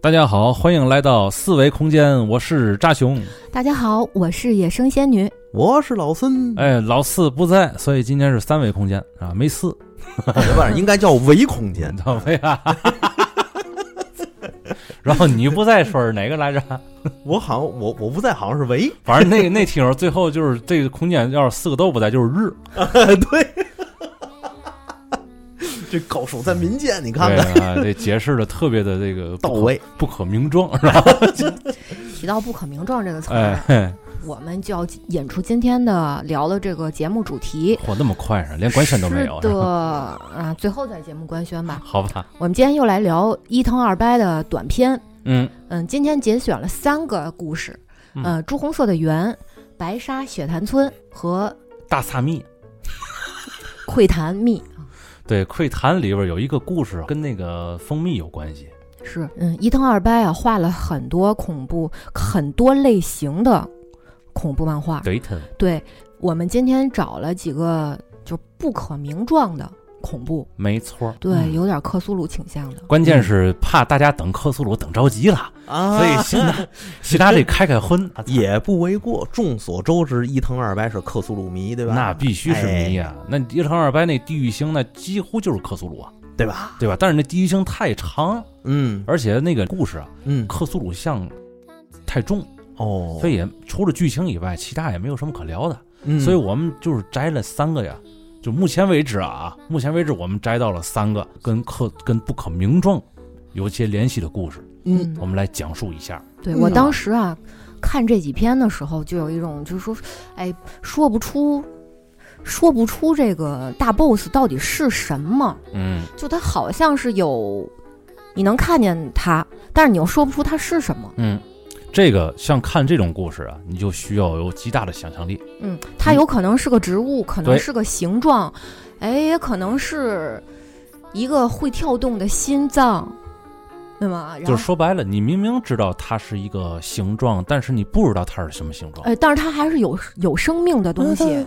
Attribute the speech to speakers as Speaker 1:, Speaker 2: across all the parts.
Speaker 1: 大家好，欢迎来到四维空间，我是扎熊。
Speaker 2: 大家好，我是野生仙女。
Speaker 3: 我是老孙，
Speaker 1: 哎，老四不在，所以今天是三维空间啊，没四，
Speaker 3: 这玩意儿应该叫微空 间
Speaker 1: 你。知道没啊？然后你不在说是哪个来着？
Speaker 3: 我好像我我不在，好像是 维。
Speaker 1: 反正那那听友最后就是这个空间，要是四个都不在，就是日。
Speaker 3: 对， 这高手在民间，你看
Speaker 1: 对
Speaker 3: 看
Speaker 1: 啊，这解释的特别的这个
Speaker 3: 到位。
Speaker 1: 不可名状，是吧？
Speaker 2: 提到“不可名状”这个词儿，
Speaker 1: 哎，嘿
Speaker 2: 我们就要引出今天的聊的这个节目主题。
Speaker 1: 嚯，那么快啊，连官宣都没有
Speaker 2: 是
Speaker 1: 是
Speaker 2: 的
Speaker 1: 吧
Speaker 2: 啊，最后在节目官宣吧。
Speaker 1: 好吧？
Speaker 2: 我们今天又来聊伊藤二掰的短篇。
Speaker 1: 嗯，
Speaker 2: 嗯，今天节选了三个故事，
Speaker 1: 嗯
Speaker 2: 呃，朱红色的圆、白沙雪潭村和
Speaker 1: 大萨密
Speaker 2: 窥潭蜜。
Speaker 1: 对《窥坛》里边有一个故事跟那个蜂蜜有关系，
Speaker 2: 是，嗯，伊藤二掰啊，画了很多恐怖、很多类型的恐怖漫画。
Speaker 1: 对头，
Speaker 2: 对，我们今天找了几个就不可名状的恐怖，
Speaker 1: 没错儿。
Speaker 2: 对，
Speaker 1: 嗯
Speaker 2: 有点克苏鲁倾向
Speaker 3: 嗯
Speaker 2: 的。
Speaker 1: 关键是怕大家等克苏鲁等着急了，
Speaker 3: 啊
Speaker 1: 所以先 拿先拿这开开荤，
Speaker 3: 也不为过。众所周知，伊藤二白是克苏鲁迷，对吧？
Speaker 1: 那必须是迷
Speaker 3: 哎，
Speaker 1: 呀、那伊藤二白那地狱星那几乎就是克苏鲁啊，
Speaker 3: 对吧？
Speaker 1: 对吧？但是那地狱星太长，
Speaker 3: 嗯
Speaker 1: 而且那个故事啊，
Speaker 3: 嗯，
Speaker 1: 克苏鲁像太重，
Speaker 3: 哦，
Speaker 1: 所以也除了剧情以外，其他也没有什么可聊的。
Speaker 3: 嗯
Speaker 1: 所以我们就是摘了三个呀，就目前为止啊，目前为止我们摘到了三个跟克跟不可名状有一些联系的故事，
Speaker 3: 嗯
Speaker 1: 我们来讲述一下。
Speaker 2: 对
Speaker 3: 嗯
Speaker 2: 我
Speaker 3: 啊
Speaker 2: 当时啊，看这几篇的时候，就有一种就是说，哎，说不出，说不出这个大 boss 到底是什么，
Speaker 1: 嗯，
Speaker 2: 就他好像是有，你能看见他，但是你又说不出他是什么。
Speaker 1: 嗯，这个像看这种故事啊，你就需要有极大的想象力。
Speaker 2: 嗯，它
Speaker 1: 嗯
Speaker 2: 有可能是个植物，可能
Speaker 1: 对
Speaker 2: 是个形状，哎，也可能是一个会跳动的心脏，对吗？然
Speaker 1: 就
Speaker 2: 后
Speaker 1: 是，说白了，你明明知道它是一个形状，但是你不知道它是什么形状。
Speaker 2: 哎，但是它还是有有生命的东西。
Speaker 1: 嗯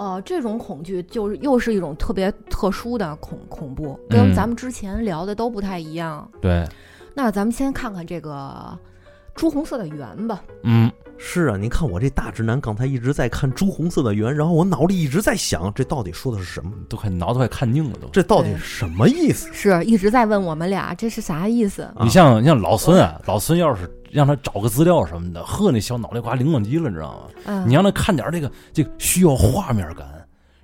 Speaker 2: 哦、这种恐惧就是又是一种特别特殊的恐恐怖，
Speaker 1: 嗯
Speaker 2: 跟咱们之前聊的都不太一样。
Speaker 1: 对，
Speaker 2: 那咱们先看看这个朱红色的圆吧。
Speaker 1: 嗯，
Speaker 3: 是啊，你看我这大直男刚才一直在看朱红色的圆，然后我脑里一直在想，这到底说的是什么？
Speaker 1: 都快挠都快看拧了都。
Speaker 3: 这到底
Speaker 2: 对
Speaker 3: 是什么意思？
Speaker 2: 是一直在问我们俩这是啥意思？
Speaker 3: 啊
Speaker 1: 你像你像老孙啊，老孙要是让他找个资料什么的，呵，那小脑袋瓜灵光极了，你知道吗？
Speaker 2: 嗯，
Speaker 1: 你让他看点儿这个这个需要画面感，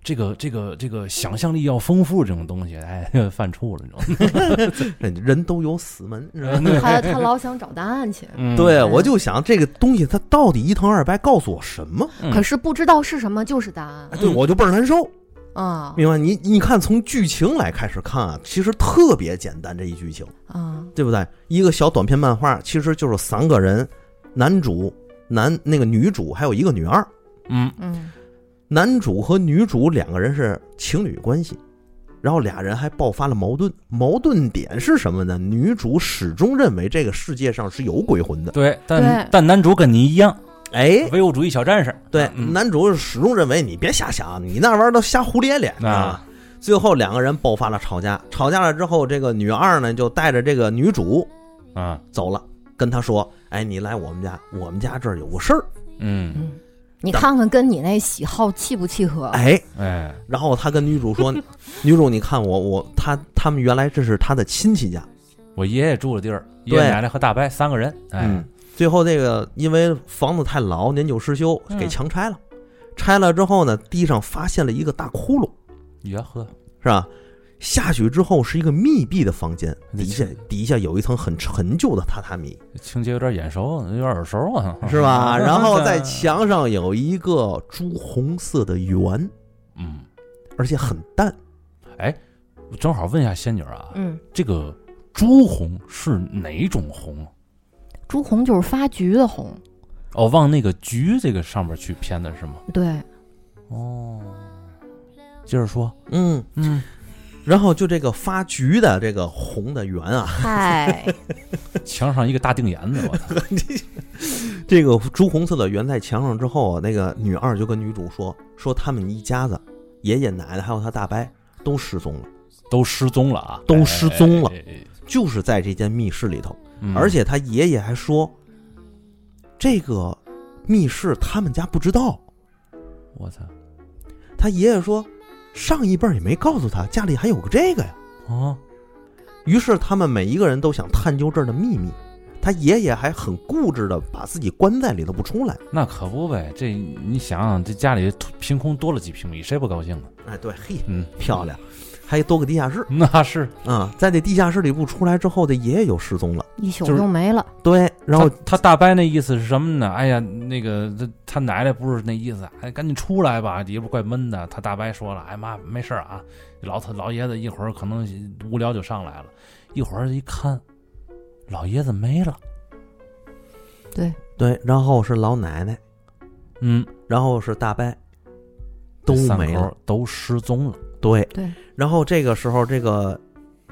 Speaker 1: 这个这个这个想象力要丰富这种东西，哎， 犯怵了，你知道吗？
Speaker 3: 人都有死门，你知 道吗？
Speaker 2: 他他老想找答案去。
Speaker 1: 嗯
Speaker 3: 对，我就想这个东西它到底伊藤二白告诉我什么？
Speaker 1: 嗯
Speaker 2: 可是不知道是什么就是答案
Speaker 3: 哎对
Speaker 1: 嗯
Speaker 3: 我就倍儿难受，
Speaker 2: 啊
Speaker 3: 明白？你你看，从剧情来开始看啊，其实特别简单这一剧情，
Speaker 2: 啊！
Speaker 3: 对不对？一个小短篇漫画，其实就是三个人，男主、男那个女主，还有一个女二。
Speaker 1: 嗯，
Speaker 2: 嗯，
Speaker 3: 男主和女主两个人是情侣关系，然后俩人还爆发了矛盾。矛盾点是什么呢？女主始终认为这个世界上是有鬼魂的，
Speaker 1: 对，但
Speaker 2: 对
Speaker 1: 但男主跟你一样，
Speaker 3: 哎，
Speaker 1: 唯物主义小战士，
Speaker 3: 对，
Speaker 1: 嗯
Speaker 3: 男主始终认为你别瞎想，你那玩意儿都瞎胡咧咧
Speaker 1: 啊。
Speaker 3: 最后两个人爆发了吵架，吵架了之后，这个女二呢就带着这个女主
Speaker 1: 啊，
Speaker 3: 走了，跟她说：“哎，你来我们家，我们家这儿有个事儿。
Speaker 1: 嗯，
Speaker 2: 你看看跟你那喜好契不契合？”
Speaker 3: 哎，
Speaker 1: 哎，
Speaker 3: 然后她跟女 主说：“女主，你看我，我她他们原来这是她的亲戚家。
Speaker 1: 我爷爷住的地儿，爷爷
Speaker 3: 对
Speaker 1: 奶奶和大伯三个人，哎，
Speaker 3: 嗯，最后这个因为房子太老，年久失修，
Speaker 1: 嗯
Speaker 3: 给强拆了。拆了之后呢，地上发现了一个大窟窿。”
Speaker 1: 也喝，
Speaker 3: 是吧？下去之后是一个密闭的房间，
Speaker 1: 那
Speaker 3: 底下
Speaker 1: 这
Speaker 3: 底下有一层很陈旧的榻榻米，
Speaker 1: 情节有点眼熟，有点耳熟啊，
Speaker 3: 是吧？然后在
Speaker 1: 嗯
Speaker 3: 墙上有一个朱红色的圆，
Speaker 1: 嗯，
Speaker 3: 而且很淡。
Speaker 1: 我正好问一下仙女啊，
Speaker 2: 嗯，
Speaker 1: 这个朱红是哪种红啊？
Speaker 2: 朱红就是发橘的红，
Speaker 1: 哦，往那个菊这个上面去偏的是吗？
Speaker 2: 对，
Speaker 1: 哦，接着说，
Speaker 3: 嗯，
Speaker 1: 嗯，
Speaker 3: 然后就这个发橘的这个红的圆啊，
Speaker 2: 嗨，
Speaker 1: 墙上一个大腚眼子，我操，
Speaker 3: 这个朱红色的圆在墙上之后，那个女二就跟女主说，说他们一家子，爷爷奶奶还有他大伯都失踪了，
Speaker 1: 都失踪了啊，
Speaker 3: 都失踪了
Speaker 1: 哎哎哎哎
Speaker 3: 就是在这间密室里头。
Speaker 1: 嗯
Speaker 3: 而且他爷爷还说，这个密室他们家不知道。
Speaker 1: 我操，
Speaker 3: 他爷爷说，上一辈儿也没告诉他家里还有个这个呀。啊
Speaker 1: 哦，
Speaker 3: 于是他们每一个人都想探究这儿的秘密。他爷爷还很固执的把自己关在里头不出来。
Speaker 1: 那可不呗，这你想想，这家里突凭空多了几平米，谁不高兴啊呢？
Speaker 3: 哎，对，嘿，
Speaker 1: 嗯，
Speaker 3: 漂亮，还多个地下室
Speaker 1: 那是
Speaker 3: 啊、在这地下室里不出来之后，这爷爷就失踪了。
Speaker 2: 一宿
Speaker 1: 就是
Speaker 2: 就没了。
Speaker 3: 对，然后
Speaker 1: 他他大伯那意思是什么呢？哎呀，那个他他奶奶不是那意思，哎，赶紧出来吧，里边怪闷的。他大伯说了，哎妈，没事儿啊，老头老爷子一会儿可能无聊就上来了，一会儿一看，老爷子没了，
Speaker 3: 对，然后是老奶奶，
Speaker 1: 嗯，
Speaker 3: 然后是大伯，都
Speaker 1: 三
Speaker 3: 没了。
Speaker 1: 口都失踪了，
Speaker 3: 对，
Speaker 2: 对，
Speaker 3: 然后这个时候，这个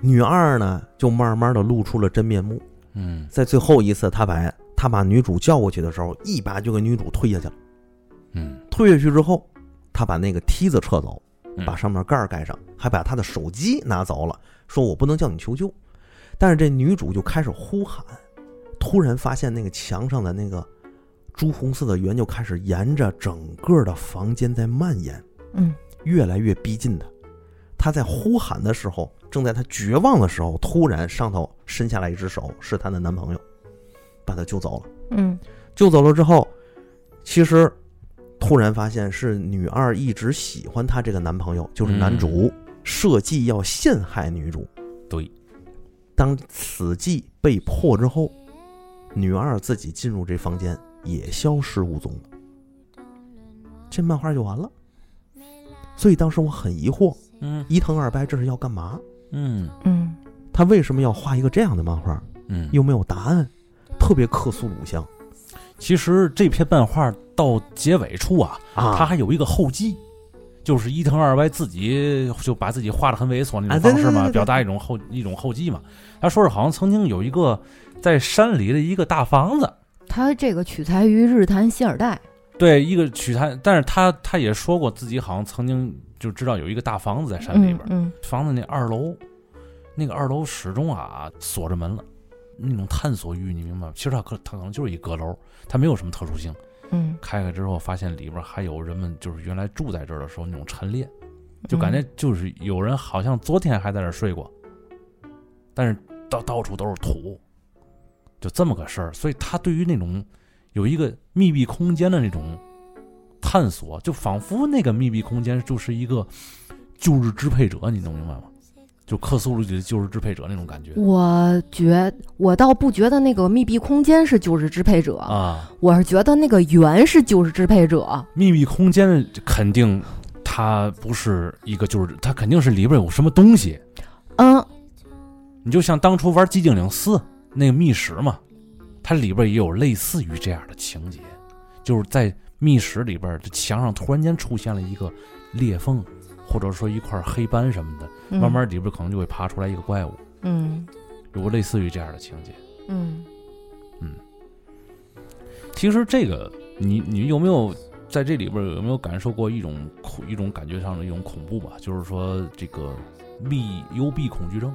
Speaker 3: 女二呢，就慢慢的露出了真面目。
Speaker 1: 嗯，
Speaker 3: 在最后一次，她把她把女主叫过去的时候，一把就给女主推下去了。
Speaker 1: 嗯，
Speaker 3: 推下去之后，她把那个梯子撤走，
Speaker 1: 嗯
Speaker 3: 把上面盖儿盖上，还把她的手机拿走了，说我不能叫你求救。但是这女主就开始呼喊，突然发现那个墙上的那个朱红色的圆就开始沿着整个的房间在蔓延。
Speaker 2: 嗯，
Speaker 3: 越来越逼近他。他在呼喊的时候，正在他绝望的时候，突然上头伸下来一只手，是她的男朋友，把她救走了。
Speaker 2: 嗯，
Speaker 3: 救走了之后，其实突然发现是女二一直喜欢她这个男朋友，就是男主、设计要陷害女主。
Speaker 1: 对，
Speaker 3: 当此计被破之后，女二自己进入这房间也消失无踪了，这漫画就完了。所以当时我很疑惑，
Speaker 1: 嗯
Speaker 3: 伊藤二白这是要干嘛？
Speaker 1: 嗯
Speaker 2: 嗯，
Speaker 3: 他为什么要画一个这样的漫画？
Speaker 1: 嗯，
Speaker 3: 又没有答案，特别克苏鲁像
Speaker 1: 其实这篇漫画到结尾处啊，
Speaker 3: 啊
Speaker 1: 他还有一个后记，就是伊藤二歪自己就把自己画的很猥琐那
Speaker 3: 啊
Speaker 1: 种方式
Speaker 3: 对对对
Speaker 1: 嘛，
Speaker 3: 对
Speaker 1: 表达一种后一种后记嘛。他说是好像曾经有一个在山里的一个大房子，
Speaker 2: 他这个取材于日坛新尔代，
Speaker 1: 对，一个取他，但是他他也说过自己好像曾经就知道有一个大房子在山里边，
Speaker 2: 嗯
Speaker 1: 房子那二楼，那个二楼始终啊锁着门了，那种探索欲你明白吗？其实他可他可能就是一阁楼，它没有什么特殊性。
Speaker 2: 嗯
Speaker 1: 开开之后，发现里边还有人们就是原来住在这儿的时候那种陈列，就感
Speaker 2: 嗯
Speaker 1: 觉就是有人好像昨天还在那儿睡过，但是到到处都是土，就这么个事儿。所以他对于那种有一个密闭空间的那种探索，就仿佛那个密闭空间就是一个旧日支配者，你能明白吗？就克苏鲁里的旧日支配者那种感觉
Speaker 2: 嗯我觉我倒不觉得那个密闭空间是旧日支配者，
Speaker 1: 啊。
Speaker 2: 我是觉得那个圆是旧日支配者。
Speaker 1: 秘密空间肯定它不是一个旧日，它肯定是里边有什么东西。
Speaker 2: 嗯，
Speaker 1: 你就像当初玩寂静岭四那个密室嘛，它里边也有类似于这样的情节，就是在密室里边，这墙上突然间出现了一个裂缝，或者说一块黑斑什么的，
Speaker 2: 嗯
Speaker 1: 慢慢里边可能就会爬出来一个怪物，
Speaker 2: 嗯
Speaker 1: 有类似于这样的情节。
Speaker 2: 嗯，
Speaker 1: 其实这个，你你有没有在这里边有没有感受过一种恐一种感觉上的一种恐怖吧？就是说这个密幽闭恐惧症，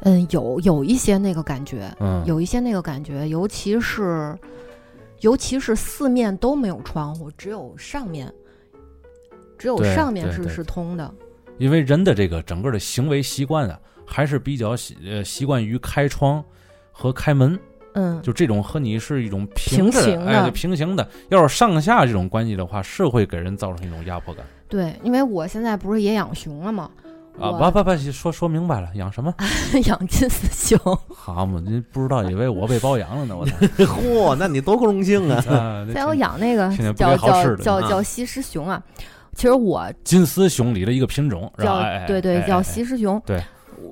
Speaker 2: 嗯，有有一些那个感觉，
Speaker 1: 嗯
Speaker 2: 有一些那个感觉，尤其是尤其是四面都没有窗户，只有上面，只有
Speaker 1: 对
Speaker 2: 上面
Speaker 1: 对
Speaker 2: 是
Speaker 1: 对
Speaker 2: 是通的。
Speaker 1: 因为人的这个整个的行为习惯啊，还是比较习呃习惯于开窗和开门，
Speaker 2: 嗯，
Speaker 1: 就这种和你是一种平着
Speaker 2: 平行的
Speaker 1: 哎，对平行的。要是上下这种关系的话，是会给人造成一种压迫感
Speaker 2: 对，因为我现在不是也养熊了吗？
Speaker 1: 啊！
Speaker 2: 我
Speaker 1: 不不不，说说明白了，养什么？
Speaker 2: 养金丝熊，
Speaker 1: 好嘛，您不知道，以为我被包养了呢，我操！
Speaker 3: 嚯，那你多荣幸啊！
Speaker 1: 啊这
Speaker 2: 在我养那个
Speaker 1: 听着不
Speaker 2: 叫
Speaker 1: 太好使
Speaker 2: 叫
Speaker 1: 的嗯
Speaker 2: 叫
Speaker 3: 啊
Speaker 2: 叫西施熊啊。其实我
Speaker 1: 金丝熊里的一个品种，是
Speaker 2: 叫、
Speaker 1: 吧哎哎
Speaker 2: 对对、
Speaker 1: 哎哎
Speaker 2: 叫
Speaker 1: 哎
Speaker 2: 西施熊，
Speaker 1: 对，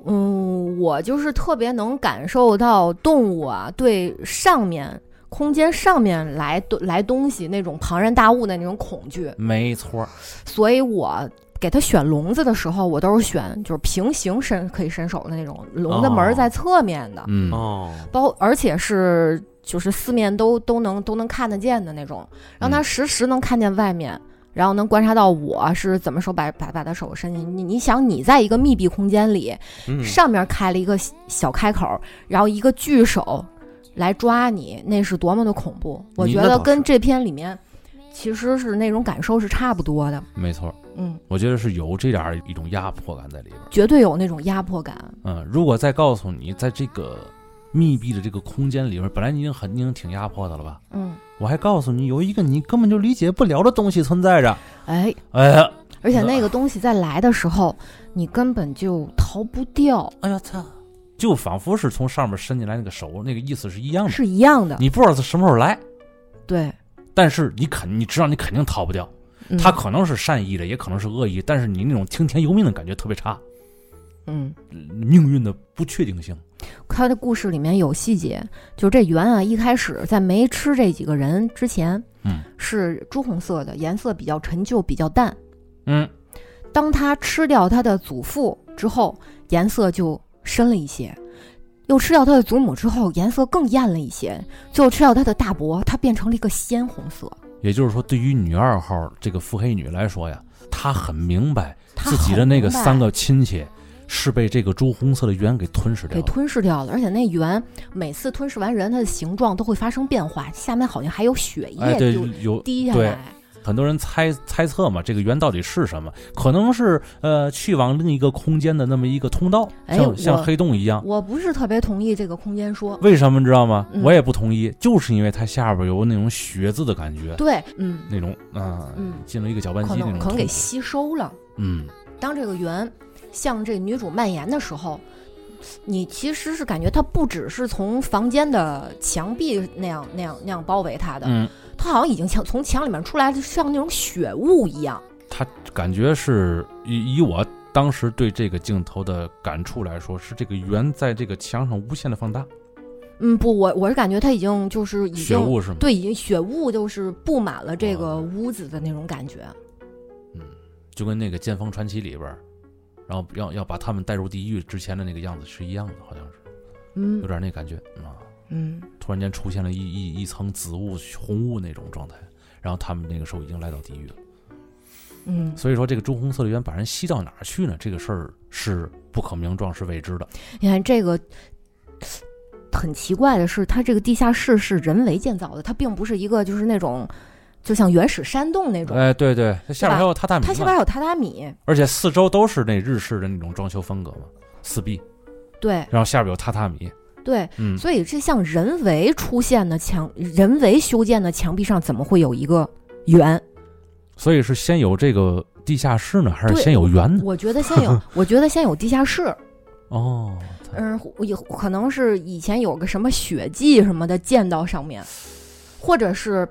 Speaker 2: 嗯，我就是特别能感受到动物啊对上面空间上面来来东西那种庞然大物的那种恐惧，
Speaker 1: 没错儿，
Speaker 2: 所以我给它选笼子的时候，我都是选就是平行伸可以伸手的那种，笼子门
Speaker 3: 哦
Speaker 2: 儿在侧面的，
Speaker 1: 嗯
Speaker 3: 哦，
Speaker 2: 包而且是嗯就是四面都都能都能看得见的那种，让它时时能看见外面，然后能观察到我是怎么手把把把他手伸进去。你你想，你在一个密闭空间里，
Speaker 3: 嗯，
Speaker 2: 上面开了一个小开口，然后一个巨手来抓你，那是多么的恐怖！我
Speaker 1: 你
Speaker 2: 觉
Speaker 3: 那
Speaker 2: 得
Speaker 3: 倒
Speaker 2: 跟
Speaker 3: 是
Speaker 2: 这篇里面其实是那种感受是差不多的。
Speaker 1: 没错，
Speaker 2: 嗯，
Speaker 1: 我觉得是有这点儿一种压迫感在里边儿。
Speaker 2: 绝对有那种压迫感。
Speaker 1: 嗯，如果再告诉你，在这个密闭的这个空间里边儿，本来你已经很已经挺压迫的了吧，
Speaker 2: 嗯，
Speaker 1: 我还告诉你有一个你根本就理解不了的东西存在着。
Speaker 2: 哎，
Speaker 1: 哎呀，
Speaker 2: 而且那个东西在来的时候，你根本就逃不掉，
Speaker 1: 哎呀操！就仿佛是从上面伸进来那个手，那个意思是一样的。
Speaker 2: 是一样的。
Speaker 1: 嗯你不知道它什么时候来，
Speaker 2: 对，
Speaker 1: 但是你肯你知道你肯定逃不掉。
Speaker 2: 嗯
Speaker 1: 它可能是善意的，也可能是恶意，但是你那种听天由命的感觉特别差，
Speaker 2: 嗯，
Speaker 1: 命运的不确定性。
Speaker 2: 他的故事里面有细节，就是这圆啊，一开始在没吃这几个人之前，
Speaker 1: 嗯，
Speaker 2: 是朱红色的，颜色比较陈旧，比较淡。
Speaker 1: 嗯，
Speaker 2: 当他吃掉他的祖父之后，颜色就深了一些。又吃掉他的祖母之后，颜色更艳了一些。最后吃掉他的大伯，他变成了一个鲜红色。
Speaker 1: 也就是说，对于女二号这个腹黑女来说呀，她很明白
Speaker 2: 他
Speaker 1: 自己
Speaker 2: 好
Speaker 1: 的那个
Speaker 2: 明白
Speaker 1: 三个亲戚是被这个朱红色的圆给吞噬掉
Speaker 2: 给
Speaker 1: 了。
Speaker 2: 吞噬掉了，而且那圆每次吞噬完人，它的形状都会发生变化，下面好像还有血
Speaker 1: 哎，
Speaker 2: 液
Speaker 1: 对
Speaker 2: 就，
Speaker 1: 有
Speaker 2: 滴下
Speaker 1: 对
Speaker 2: 来。
Speaker 1: 很多人猜猜测嘛，这个圆到底是什么？可能是呃，去往另一个空间的那么一个通道，
Speaker 2: 哎
Speaker 1: 像
Speaker 2: 我
Speaker 1: 像黑洞一样。
Speaker 2: 我不是特别同意这个空间说。
Speaker 1: 为什么你知道吗？
Speaker 2: 嗯
Speaker 1: 我也不同意，就是因为它下边有那种血渍的感觉，
Speaker 2: 对，嗯，
Speaker 1: 那种啊，
Speaker 2: 嗯
Speaker 1: 进了一个搅拌机
Speaker 2: 可
Speaker 1: 那种痛
Speaker 2: 能
Speaker 1: 苦，
Speaker 2: 可能给吸收了。
Speaker 1: 嗯，
Speaker 2: 当这个圆向这女主蔓延的时候，你其实是感觉它不只是从房间的墙壁那样那样那样包围它的，
Speaker 1: 嗯，
Speaker 2: 它好像已经像从墙里面出来，就像那种血雾一样。
Speaker 1: 感觉是以以我当时对这个镜头的感触来说，是这个圆在这个墙上无限的放大，
Speaker 2: 嗯，不，我我是感觉它已经就是已
Speaker 1: 血
Speaker 2: 经
Speaker 1: 雾哦是吗？
Speaker 2: 对，已经血雾就是布满了这个屋子的那种感觉。
Speaker 1: 就跟那个《剑锋传奇》里边儿，然后要要把他们带入地狱之前的那个样子是一样的，好像是有
Speaker 2: 嗯
Speaker 1: 点那感觉嗯啊。
Speaker 2: 嗯，
Speaker 1: 突然间出现了一一一层紫雾、红雾那种状态，然后他们那个时候已经来到地狱了。
Speaker 2: 嗯，
Speaker 1: 所以说，这个朱红色的圆把人吸到哪儿去呢？这个事儿是不可名状，是未知的。
Speaker 2: 你看这个很奇怪的是，它这个地下室是人为建造的，它并不是一个就是那种就像原始山洞那种，
Speaker 1: 哎，对对，它下面还有榻榻
Speaker 2: 它
Speaker 1: 米
Speaker 2: 下
Speaker 1: 嘛，
Speaker 2: 边有榻榻米，
Speaker 1: 而且四周都是那日式的那种装修风格嘛，四壁，
Speaker 2: 对
Speaker 1: 然后下边有榻榻米。
Speaker 2: 对，
Speaker 1: 嗯，
Speaker 2: 所以这像人为出现的墙，人为修建的墙壁上怎么会有一个圆？
Speaker 1: 所以是先有这个地下室呢，还是
Speaker 2: 对
Speaker 1: 先有圆呢？
Speaker 2: 我觉得先有，我觉得先有地下室，
Speaker 1: 哦，它
Speaker 2: 嗯，有可能是以前有个什么血迹什么的溅到上面，或者是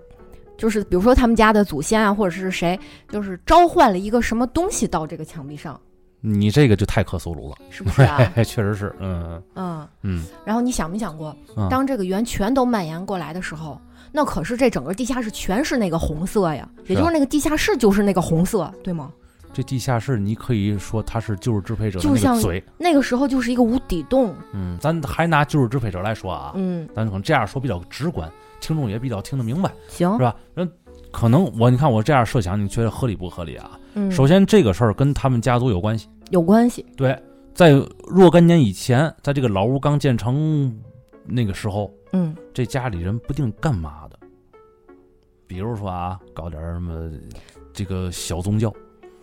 Speaker 2: 就是比如说他们家的祖先啊，或者是谁，就是召唤了一个什么东西到这个墙壁上，
Speaker 1: 你这个就太克苏鲁 了，
Speaker 2: 是不是啊？
Speaker 1: 嘿哎确实是，嗯
Speaker 2: 嗯，
Speaker 1: 嗯
Speaker 2: 然后你想没想过，
Speaker 1: 嗯，
Speaker 2: 当这个圆全都蔓延过来的时候，那可是这整个地下室全是那个红色呀，也
Speaker 1: 是啊
Speaker 2: 就是那个地下室就是那个红色，对吗？
Speaker 1: 这地下室你可以说它是救世支配者的
Speaker 2: 就
Speaker 1: 那
Speaker 2: 像
Speaker 1: 个嘴，
Speaker 2: 那个时候就是一个无底洞，
Speaker 1: 嗯，咱还拿救世支配者来说啊，
Speaker 2: 嗯，
Speaker 1: 咱可能这样说比较直观，听众也比较听得明白，
Speaker 2: 行
Speaker 1: 是，吧？那可能我你看我这样设想，你觉得合理不合理啊？
Speaker 2: 嗯，
Speaker 1: 首先，这个事儿跟他们家族有关系。
Speaker 2: 有关系，
Speaker 1: 对，在若干年以前，在这个老屋刚建成那个时候，
Speaker 2: 嗯，
Speaker 1: 这家里人不定干嘛的，比如说啊，搞点儿什么这个小宗教，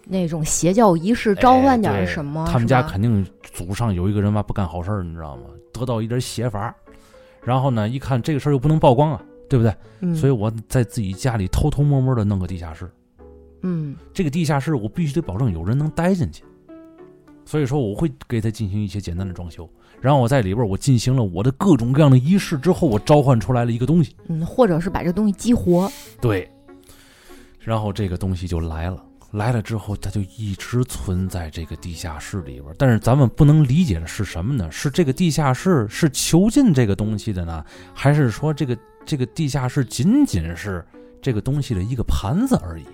Speaker 2: 那种邪教仪式召
Speaker 1: 哎
Speaker 2: 唤点
Speaker 1: 对
Speaker 2: 儿什么，
Speaker 1: 他们
Speaker 2: 是
Speaker 1: 家
Speaker 2: 吧
Speaker 1: 肯定祖上有一个人吧，不干好事儿，你知道吗？得到一点邪法，然后呢，一看这个事儿又不能曝光啊，对不对？
Speaker 2: 嗯
Speaker 1: 所以我在自己家里偷偷摸摸的弄个地下室。
Speaker 2: 嗯
Speaker 1: 这个地下室我必须得保证有人能待进去，所以说我会给它进行一些简单的装修。然后我在里边儿我进行了我的各种各样的仪式之后，我召唤出来了一个东西，
Speaker 2: 嗯，或者是把这东西激活，
Speaker 1: 对，然后这个东西就来了。来了之后，它就一直存在这个地下室里边儿。但是咱们不能理解的是什么呢？是这个地下室是囚禁这个东西的呢，还是说这个这个地下室仅仅是这个东西的一个盘子而已？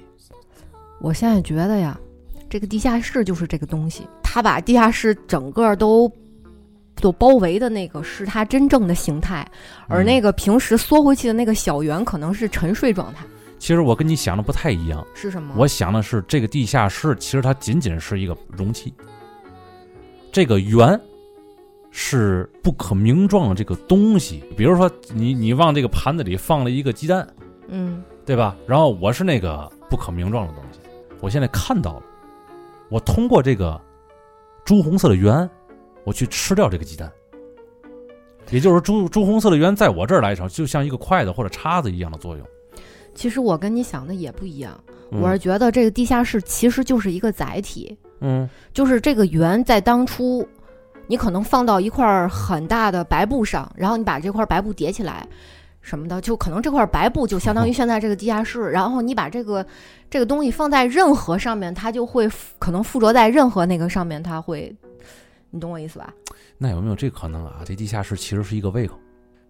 Speaker 2: 我现在觉得呀，这个地下室就是这个东西，它把地下室整个都都包围的那个是它真正的形态，而那
Speaker 1: 个、
Speaker 2: 个平时缩回去的那个小圆可能是沉睡状态。
Speaker 1: 其实我跟你想的不太一样，
Speaker 2: 是什么？
Speaker 1: 我想的是这个地下室其实它仅仅是一个容器，这个圆是不可名状的这个东西。比如说你你往这个盘子里放了一个鸡蛋，
Speaker 2: 嗯
Speaker 1: 对吧？然后我是那个不可名状的东西，我现在看到了，我通过这个朱红色的圆，我去吃掉这个鸡蛋。也就是说朱朱红色的圆在我这儿来说，就像一个筷子或者叉子一样的作用。，
Speaker 2: 其实我跟你想的也不一样，
Speaker 1: 嗯
Speaker 2: 我是觉得这个地下室其实就是一个载体，
Speaker 1: 嗯
Speaker 2: 就是这个圆在当初，你可能放到一块儿很大的白布上，然后你把这块白布叠起来，什么的，就可能这块白布就相当于现在这个地下室，然后你把这个这个东西放在任何上面，它就会附可能附着在任何那个上面，它会，你懂我意思吧？
Speaker 1: 那有没有这可能啊？这地下室其实是一个胃口，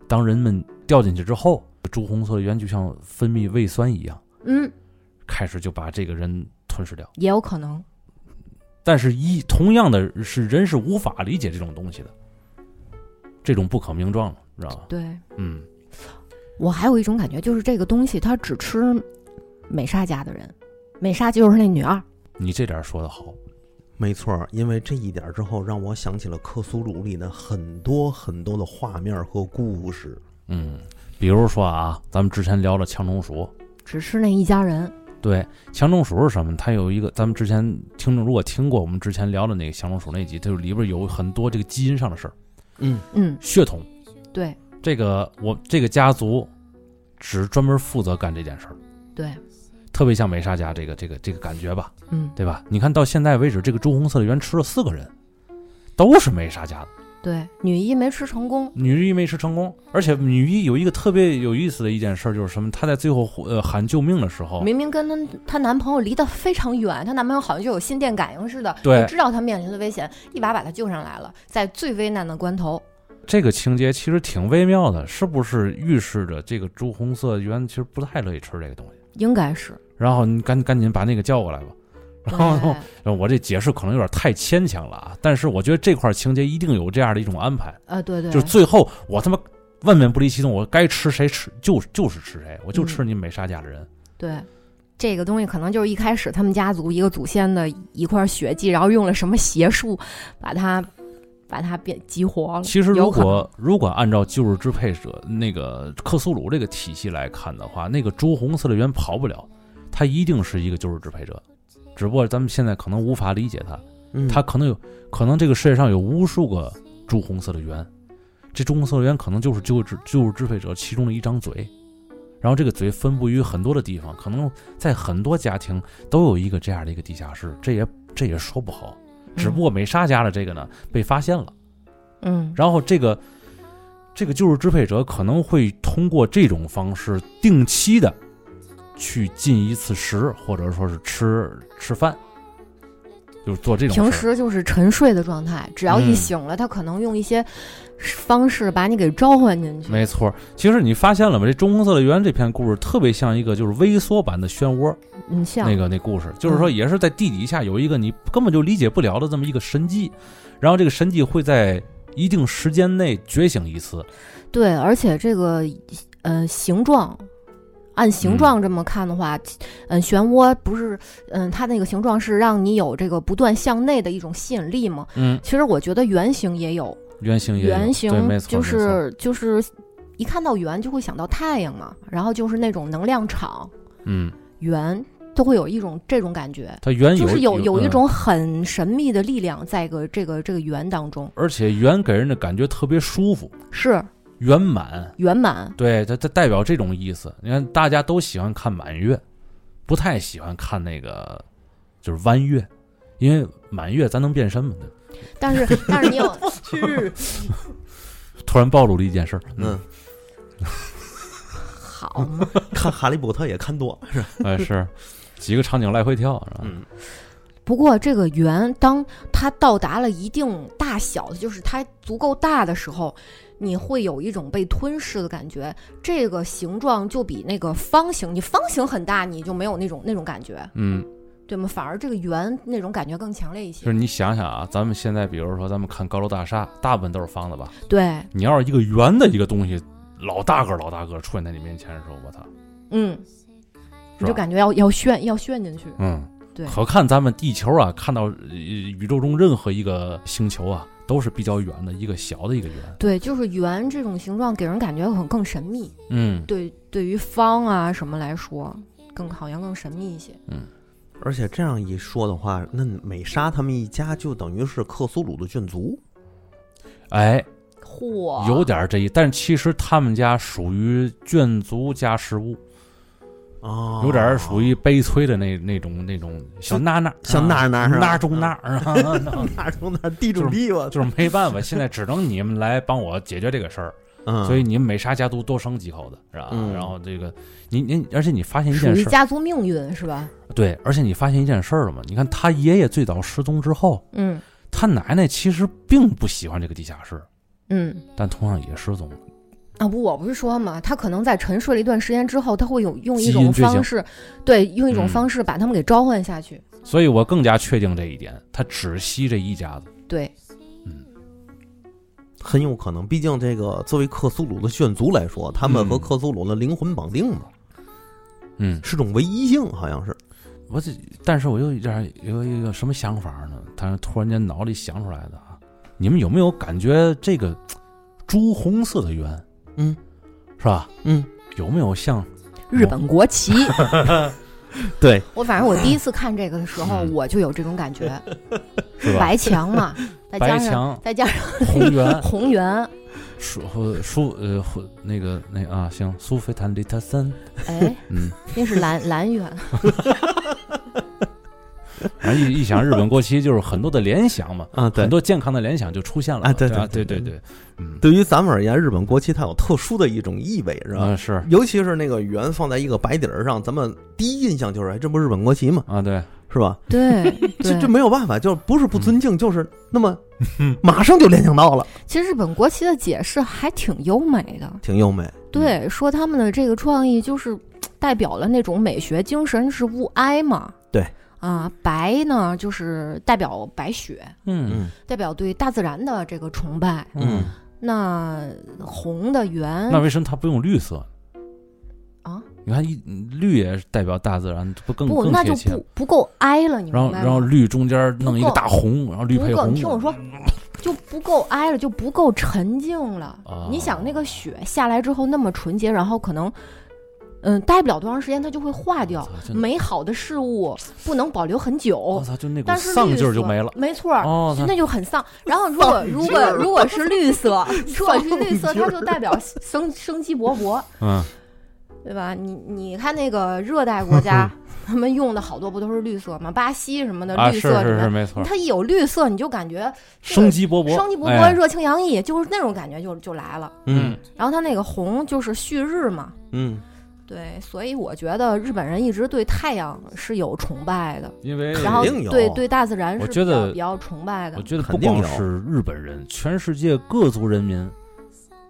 Speaker 1: 当人们掉进去之后，朱红色的圆就像分泌胃酸一样，
Speaker 2: 嗯，
Speaker 1: 开始就把这个人吞噬掉。
Speaker 2: 也有可能。
Speaker 1: 但是一，同样的是，人是无法理解这种东西的，这种不可名状的，你知道吧？
Speaker 2: 对
Speaker 1: 嗯，
Speaker 2: 我还有一种感觉，就是这个东西它只吃美莎家的人，美莎就是那女二。
Speaker 1: 你这点说的好，
Speaker 3: 没错儿，因为这一点之后，让我想起了克苏鲁里的很多很多的画面和故事。
Speaker 1: 嗯，比如说啊，咱们之前聊了强中鼠，
Speaker 2: 只吃那一家人。
Speaker 1: 对，强中鼠是什么？它有一个，咱们之前听众如果听过我们之前聊的那个强中鼠那集，它就里边有很多这个基因上的事儿，
Speaker 3: 嗯，
Speaker 2: 嗯，
Speaker 1: 血统。
Speaker 2: 对
Speaker 1: 这个我这个家族只专门负责干这件事儿，
Speaker 2: 对，
Speaker 1: 特别像美莎家这个这个这个感觉吧，
Speaker 2: 嗯
Speaker 1: 对吧？你看到现在为止，这个朱红色的圆吃了四个人，都是美莎家的。
Speaker 2: 对，女一没吃成功。
Speaker 1: 女一没吃成功，而且女一有一个特别有意思的一件事儿，就是什么？她在最后呃喊救命的时候，
Speaker 2: 明明跟她她男朋友离得非常远，她男朋友好像就有心电感应似的，
Speaker 1: 对
Speaker 2: 就知道她面临的危险，一把把她救上来了，在最危难的关头，
Speaker 1: 这个情节其实挺微妙的，是不是预示着这个朱红色原其实不太乐意吃这个东西？
Speaker 2: 应该是。
Speaker 1: 然后你赶赶紧把那个叫过来吧。然后
Speaker 2: 对，
Speaker 1: 然后呃我这解释可能有点太牵强了啊，但是我觉得这块情节一定有这样的一种安排，
Speaker 2: 呃，对对，
Speaker 1: 就是最后我他妈万变不离其宗，我该吃谁吃就就是吃谁，我就
Speaker 2: 嗯
Speaker 1: 吃你美沙家的人。
Speaker 2: 对。这个东西可能就是一开始他们家族一个祖先的一块血迹，然后用了什么邪术，把它把它变激活了。
Speaker 1: 其实如
Speaker 2: 有可能
Speaker 1: 果如果按照旧日支配者那个克苏鲁这个体系来看的话，那个朱红色的圆跑不了，他一定是一个旧日支配者，只不过咱们现在可能无法理解他。
Speaker 3: 嗯
Speaker 1: 它可能有可能这个世界上有无数个朱红色的圆，这朱红色的圆可能就是救治就是支配者其中的一张嘴，然后这个嘴分布于很多的地方，可能在很多家庭都有一个这样的一个地下室，这也这也说不好。只不过美莎家的这个呢被发现了，
Speaker 2: 嗯，
Speaker 1: 然后这个这个救治支配者可能会通过这种方式定期的去进一次食，或者说是吃吃饭，就是做这种事儿。
Speaker 2: 平时就是沉睡的状态，只要一
Speaker 1: 嗯
Speaker 2: 醒了，他可能用一些方式把你给召唤进去。
Speaker 1: 没错儿，其实你发现了吗？这《中红色的圆》这篇故事特别像一个就是微缩版的《漩涡》
Speaker 2: 你嗯像
Speaker 1: 那个那故事，就是说
Speaker 2: 嗯
Speaker 1: 也是在地底下有一个你根本就理解不了的这么一个神迹，然后这个神迹会在一定时间内觉醒一次。
Speaker 2: 对，而且这个呃形状，按形
Speaker 1: 嗯
Speaker 2: 状这么看的话，嗯、漩涡不是嗯它那个形状是让你有这个不断向内的一种吸引力嘛？
Speaker 1: 嗯，
Speaker 2: 其实我觉得圆形也有，
Speaker 1: 圆嗯形也有
Speaker 2: 圆形
Speaker 1: 对，没错，
Speaker 2: 就
Speaker 1: 没错
Speaker 2: 是就是一看到圆就会想到太阳嘛，然后就是那种能量场
Speaker 1: 嗯，
Speaker 2: 圆。都会有一种这种感觉，
Speaker 1: 它圆
Speaker 2: 就是有
Speaker 1: 有
Speaker 2: 有一
Speaker 1: 嗯
Speaker 2: 种很神秘的力量在个这个这个圆当中，
Speaker 1: 而且圆给人的感觉特别舒服，
Speaker 2: 是
Speaker 1: 圆满。
Speaker 2: 圆满。
Speaker 1: 对，它它代表这种意思。你看，大家都喜欢看满月，不太喜欢看那个就是弯月，因为满月咱能变身嘛。对吧
Speaker 2: 但是但是你 有
Speaker 1: 突然暴露了一件事儿，
Speaker 3: 嗯，
Speaker 2: 好嘛？
Speaker 3: 看《哈利波特》也看多了，是吧？
Speaker 1: 哎是，几个场景来回跳，是吧？
Speaker 3: 嗯
Speaker 2: 不过这个圆，当它到达了一定大小，就是它足够大的时候，你会有一种被吞噬的感觉。这个形状就比那个方形，你方形很大，你就没有那种那种感觉，
Speaker 1: 嗯，
Speaker 2: 对吗？反而这个圆那种感觉更强烈一
Speaker 1: 就是
Speaker 2: 些。
Speaker 1: 你想想啊，咱们现在比如说咱们看高楼大厦，大部分都是方的吧？
Speaker 2: 对，
Speaker 1: 你要是一个圆的一个东西，老大个儿老大个儿出现在你面前的时候，我操，
Speaker 2: 嗯，
Speaker 1: 是
Speaker 2: 你就
Speaker 1: 吧？
Speaker 2: 感觉要要炫要炫进去。
Speaker 1: 嗯，
Speaker 2: 对
Speaker 1: 可看咱们地球啊，看到呃宇宙中任何一个星球啊，都是比较圆的一个小的一个圆。
Speaker 2: 对，就是圆这种形状给人感觉很更神秘，
Speaker 1: 嗯，
Speaker 2: 对，对于方啊什么来说，更好像更神秘一些。
Speaker 3: 而且这样一说的话，那美莎他们一家就等于是克苏鲁的眷族，
Speaker 1: 哎，
Speaker 2: 嚯
Speaker 1: 有点儿这一，但是其实他们家属于眷族加食物，
Speaker 3: 哦，
Speaker 1: 有点儿属于悲催的那那种那种小娜娜，
Speaker 3: 像
Speaker 1: 啊
Speaker 3: 娜娜是吧
Speaker 1: 娜中娜儿啊，
Speaker 3: 哪从哪地主地吧，
Speaker 1: 就是没办法，现在只能你们来帮我解决这个事儿，
Speaker 3: 嗯，
Speaker 1: 所以你们美沙家族多生几口子是吧？
Speaker 3: 嗯
Speaker 1: 然后这个你你，而且你发现一
Speaker 2: 属
Speaker 1: 件
Speaker 2: 于
Speaker 1: 事儿，
Speaker 2: 家族命运是吧？
Speaker 1: 对，而且你发现一件事儿了吗？你看他爷爷最早失踪之后，
Speaker 2: 嗯
Speaker 1: 他奶奶其实并不喜欢这个地下室，
Speaker 2: 嗯
Speaker 1: 但同样也失踪了。
Speaker 2: 啊不，我不是说嘛，他可能在沉睡了一段时间之后，他会有用
Speaker 1: 基
Speaker 2: 一
Speaker 1: 因
Speaker 2: 种
Speaker 1: 觉醒
Speaker 2: 方式，对，用一种
Speaker 1: 嗯
Speaker 2: 方式把他们给召唤下去。
Speaker 1: 所以我更加确定这一点，他只吸这一家子。
Speaker 2: 对，
Speaker 3: 很有可能，毕竟这个作为克苏鲁的眷族来说，他们和
Speaker 1: 嗯
Speaker 3: 克苏鲁的灵魂绑定嘛，
Speaker 1: 嗯，
Speaker 3: 是种唯一性，好像是。
Speaker 1: 我这，但是我又有点有一个什么想法呢？但是突然间脑里想出来的啊，你们有没有感觉这个朱红色的圆
Speaker 3: 嗯
Speaker 1: 是吧？
Speaker 3: 嗯，
Speaker 1: 有没有像
Speaker 2: 日本国 旗，
Speaker 3: 对，
Speaker 2: 我反正我第一次看这个的时候，
Speaker 1: 嗯
Speaker 2: 我就有这种感觉，
Speaker 1: 是吧？
Speaker 2: 白墙 嘛，再加
Speaker 1: 白
Speaker 2: 上
Speaker 3: 啊
Speaker 1: 墙
Speaker 2: 再加上
Speaker 1: 红圆
Speaker 2: 红圆，
Speaker 1: 舒呃舒呃混那个那啊行苏菲坦利特森
Speaker 2: 哎，
Speaker 1: 嗯，
Speaker 2: 那是蓝蓝圆，
Speaker 1: 然后一一想日本国旗就是很多的联想嘛，
Speaker 3: 啊，
Speaker 1: 很
Speaker 3: 对。
Speaker 1: 多健康的联想就出现了嘛
Speaker 3: 啊对
Speaker 1: 吧
Speaker 3: 对
Speaker 1: 对
Speaker 3: 对
Speaker 1: 对对，嗯
Speaker 3: 对于咱们而言，日本国旗它有特殊的一种意味，是吧？
Speaker 1: 啊是
Speaker 3: 尤其是那个圆放在一个白底儿上，咱们第一印象就是，哎，这不日本国旗吗？
Speaker 1: 啊对，
Speaker 3: 是吧？
Speaker 2: 对
Speaker 3: 这
Speaker 2: 对
Speaker 3: 这。没有办法，就是不是不尊敬，就是那 么，马上就联想到了，
Speaker 2: 其实日本国旗的解释还挺优美的，
Speaker 3: 挺优美。
Speaker 2: 对，说他们的这个创意就是代表了那种美学精神是物哀嘛。
Speaker 3: 对。
Speaker 2: 啊，白呢就是代表白雪，
Speaker 1: 嗯
Speaker 2: 代表对大自然的这个崇拜。
Speaker 3: 嗯，
Speaker 2: 那红的圆
Speaker 1: 那为什么它不用绿色？
Speaker 2: 嗯啊，
Speaker 1: 你看一绿也是代表大自然，不更
Speaker 2: 不，
Speaker 1: 更
Speaker 2: 那
Speaker 1: 贴
Speaker 2: 就
Speaker 1: 切啊
Speaker 2: 不？不够哀了，你
Speaker 1: 然
Speaker 2: 明
Speaker 1: 后
Speaker 2: 白吗？
Speaker 1: 然后绿中间弄一个
Speaker 2: 不够
Speaker 1: 大红，然后绿
Speaker 2: 不
Speaker 1: 配
Speaker 2: 够，
Speaker 1: 红，
Speaker 2: 你听我说，就不够哀了，就不够沉静了。
Speaker 1: 哦
Speaker 2: 你想那个雪下来之后那么纯洁，然后可能，嗯，待不了多长时间它就会化掉
Speaker 1: 我。操，啊就
Speaker 2: 美好的事物不能保留很久
Speaker 1: 我，操，就那股
Speaker 2: 但是
Speaker 1: 丧
Speaker 2: 绿
Speaker 1: 劲儿就
Speaker 2: 色
Speaker 1: 没了。
Speaker 2: 没错儿，
Speaker 1: 哦
Speaker 2: 就
Speaker 1: 它
Speaker 2: 那就很丧。然后如果如果如果是绿 色，如果是绿色，
Speaker 3: 劲
Speaker 2: 它
Speaker 3: 儿
Speaker 2: 就代表生生机勃勃，
Speaker 1: 嗯，
Speaker 2: 对吧？你你看那个热带国家，他们用的好多不都是绿色吗？巴西什么的
Speaker 1: 嗯啊，
Speaker 2: 绿
Speaker 1: 是
Speaker 2: 色
Speaker 1: 是
Speaker 2: 里
Speaker 1: 是，
Speaker 2: 面，
Speaker 1: 没错，
Speaker 2: 它一有绿色，你就感觉这个
Speaker 1: 生机勃勃，
Speaker 2: 生机勃
Speaker 1: 哎
Speaker 2: 勃、热情洋溢，就是那种感觉就就来了。
Speaker 1: 嗯，
Speaker 2: 然后它那个红就是旭日嘛，
Speaker 3: 嗯，
Speaker 2: 对，所以我觉得日本人一直对太阳是有崇拜的。
Speaker 1: 因为
Speaker 2: 然后
Speaker 3: 肯定有
Speaker 2: 对对大自然是
Speaker 1: 我
Speaker 2: 比
Speaker 1: 觉得
Speaker 2: 较比较崇拜
Speaker 1: 我
Speaker 2: 的。
Speaker 1: 觉得不
Speaker 3: 肯定
Speaker 1: 光
Speaker 3: 有
Speaker 1: 是日本人，全世界各族人民，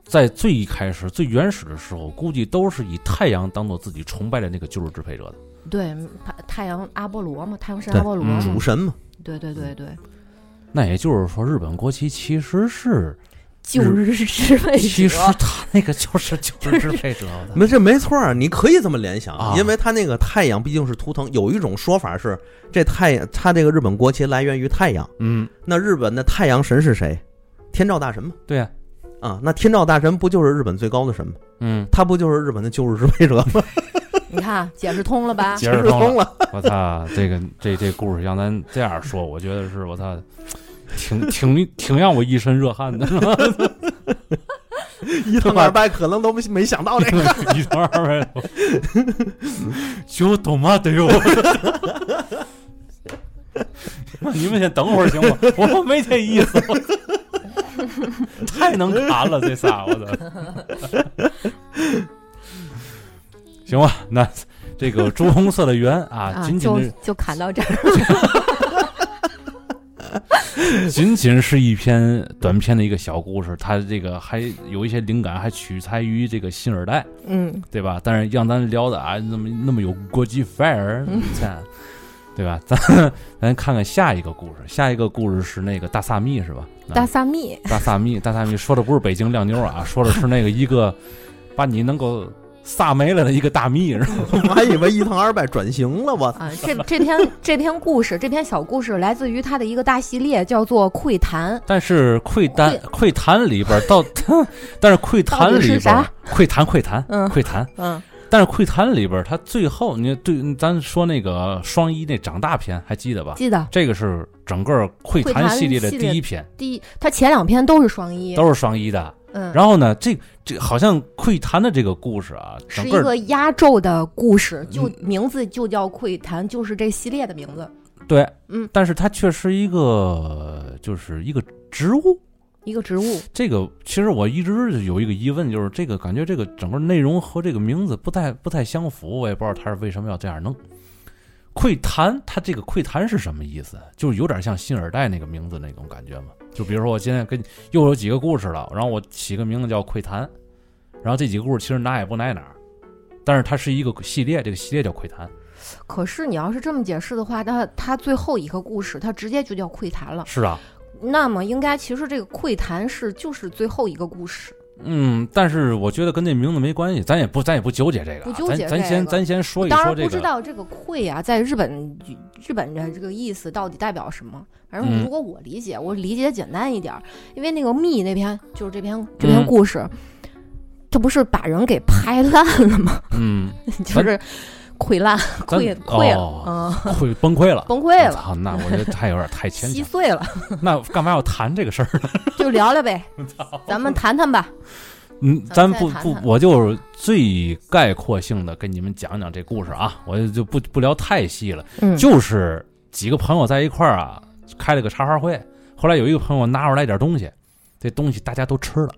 Speaker 1: 在最一开始、最原始的时候，估计都是以太阳当做自己崇拜的那个救世支配者的。
Speaker 2: 对，嗯太太阳阿波罗嘛，太阳神
Speaker 3: 对
Speaker 2: 阿波罗
Speaker 1: 嗯
Speaker 2: 嘛，
Speaker 3: 主神嘛，
Speaker 2: 对对对对，
Speaker 1: 那也就是说，日本国旗其实是，
Speaker 2: 旧日支配
Speaker 1: 其实
Speaker 2: 者。
Speaker 1: 他那个就是救世支配者的。
Speaker 3: 没这没错儿，你可以这么联想，
Speaker 1: 啊
Speaker 3: 因为它那个太阳毕竟是图腾。有一种说法是，这太阳，它这个日本国旗来源于太阳。
Speaker 1: 嗯，
Speaker 3: 那日本的太阳神是谁？天照大神嘛。
Speaker 1: 对呀、
Speaker 3: 啊，那天照大神不就是日本最高的神吗？
Speaker 1: 嗯，
Speaker 3: 他不就是日本的救世支配者 吗？
Speaker 2: 你看，解释通了吧？
Speaker 1: 解释 通
Speaker 3: 通
Speaker 1: 了。
Speaker 3: 了，
Speaker 1: 我操，这个这这故事让咱这样说，我觉得是我操，挺挺挺让我一身热汗的。
Speaker 3: 一通二百可能都没想 到这个。
Speaker 1: 一头二百多，就懂吗？得有。你们先等会儿行吗？我没这意思，太能谈了这仨，我操！行吧，那这个朱红色的圆 啊，
Speaker 2: 啊，
Speaker 1: 仅仅
Speaker 2: 就是就砍到 这儿。
Speaker 1: 仅仅是一篇短篇的一个小故事，它这个还有一些灵感，还取材于这个新耳代。
Speaker 2: 嗯，
Speaker 1: 对吧？但是让咱聊的啊，那么那么有国际范儿，
Speaker 2: 嗯
Speaker 1: 你看，对吧？咱咱看看下一个故事，下一个故事是那个大萨密是吧？啊
Speaker 2: 大萨密，
Speaker 1: 大萨密，大萨密说的不是北京靓妞啊，说的是那个一个把你能够撒没了的一个大蜜，是 吧？
Speaker 3: 我还以为一堂二百转型了，我操
Speaker 2: 啊，这这篇这篇故事，这篇小故事来自于他的一个大系列，叫做《窥谈》。
Speaker 1: 但是窥探窥探里边儿到， 但是窥
Speaker 2: 到
Speaker 1: 探
Speaker 2: 底是
Speaker 1: 里边儿
Speaker 2: 啥
Speaker 1: 窥探窥探
Speaker 2: 嗯
Speaker 1: 窥探，
Speaker 2: 嗯
Speaker 1: 但是窥探里边儿它最后你对咱说那个双一那长大篇还记得吧？
Speaker 2: 记得
Speaker 1: 这个是整个窥
Speaker 2: 窥
Speaker 1: 探
Speaker 2: 探
Speaker 1: 系列的
Speaker 2: 系
Speaker 1: 第
Speaker 2: 列
Speaker 1: 一篇，
Speaker 2: 第一，他前两篇都是双一，
Speaker 1: 都是双一的。
Speaker 2: 嗯，
Speaker 1: 然后呢，这这好像窥探的这个故事啊，
Speaker 2: 是
Speaker 1: 整
Speaker 2: 一
Speaker 1: 个嗯
Speaker 2: 个压轴的故事，就名字就叫《窥谈》，就是这系列的名字，
Speaker 1: 对，
Speaker 2: 嗯，
Speaker 1: 但是它却是一个就是一个植物。
Speaker 2: 一个植物。
Speaker 1: 这个其实我一直有一个疑问，就是这个感觉这个整个内容和这个名字不太不太相符，我也不知道他是为什么要这样弄。窥谈，它这个窥谈是什么意思？就是有点像新耳代那个名字那种感觉嘛。就比如说我今天跟你又有几个故事了，然后我起个名字叫窥谈，然后这几个故事其实哪也不挨哪儿，但是它是一个系列，这个系列叫窥
Speaker 2: 啊
Speaker 1: 谈。
Speaker 2: 可是你要是这么解释的话，那他最后一个故事，他直接就叫《窥谈》了。
Speaker 1: 是啊，
Speaker 2: 那么应该其实这个《窥谈》是就是最后一个故事，
Speaker 1: 嗯，但是我觉得跟这名字没关系，咱也不咱也不纠结这个啊，
Speaker 2: 不纠结
Speaker 1: 咱咱
Speaker 2: 这
Speaker 1: 先
Speaker 2: 个
Speaker 1: 咱先说一
Speaker 2: 当
Speaker 1: 说
Speaker 2: 然
Speaker 1: 这
Speaker 2: 不知
Speaker 1: 个。
Speaker 2: 道这个“愧”啊，在日本日本的这个意思到底代表什么。反正
Speaker 1: 嗯
Speaker 2: 如果我理解，我理解简单一点儿，因为那个密那篇就是这篇这
Speaker 1: 嗯
Speaker 2: 篇故事，这不是把人给拍烂了吗？
Speaker 1: 嗯，
Speaker 2: 就是溃烂、
Speaker 1: 咱
Speaker 2: 溃溃了
Speaker 1: 哦，
Speaker 2: 嗯，
Speaker 1: 会 崩溃了，
Speaker 2: 崩溃了，
Speaker 1: 操，那我觉得太有点太 牵
Speaker 2: 稀
Speaker 1: 强。
Speaker 2: 碎了，
Speaker 1: 那干嘛要谈这个事儿？
Speaker 2: 就聊聊呗，咱们谈谈吧。
Speaker 1: 嗯，咱
Speaker 2: 咱
Speaker 1: 不
Speaker 2: 再谈
Speaker 1: 不，
Speaker 2: 谈
Speaker 1: 我就是最概括性的跟你们讲讲这故事啊，我就不不聊太细了，
Speaker 2: 嗯，
Speaker 1: 就是几个朋友在一块儿啊，开了个茶话会，后来有一个朋友拿出来点东西，这东西大家都吃了。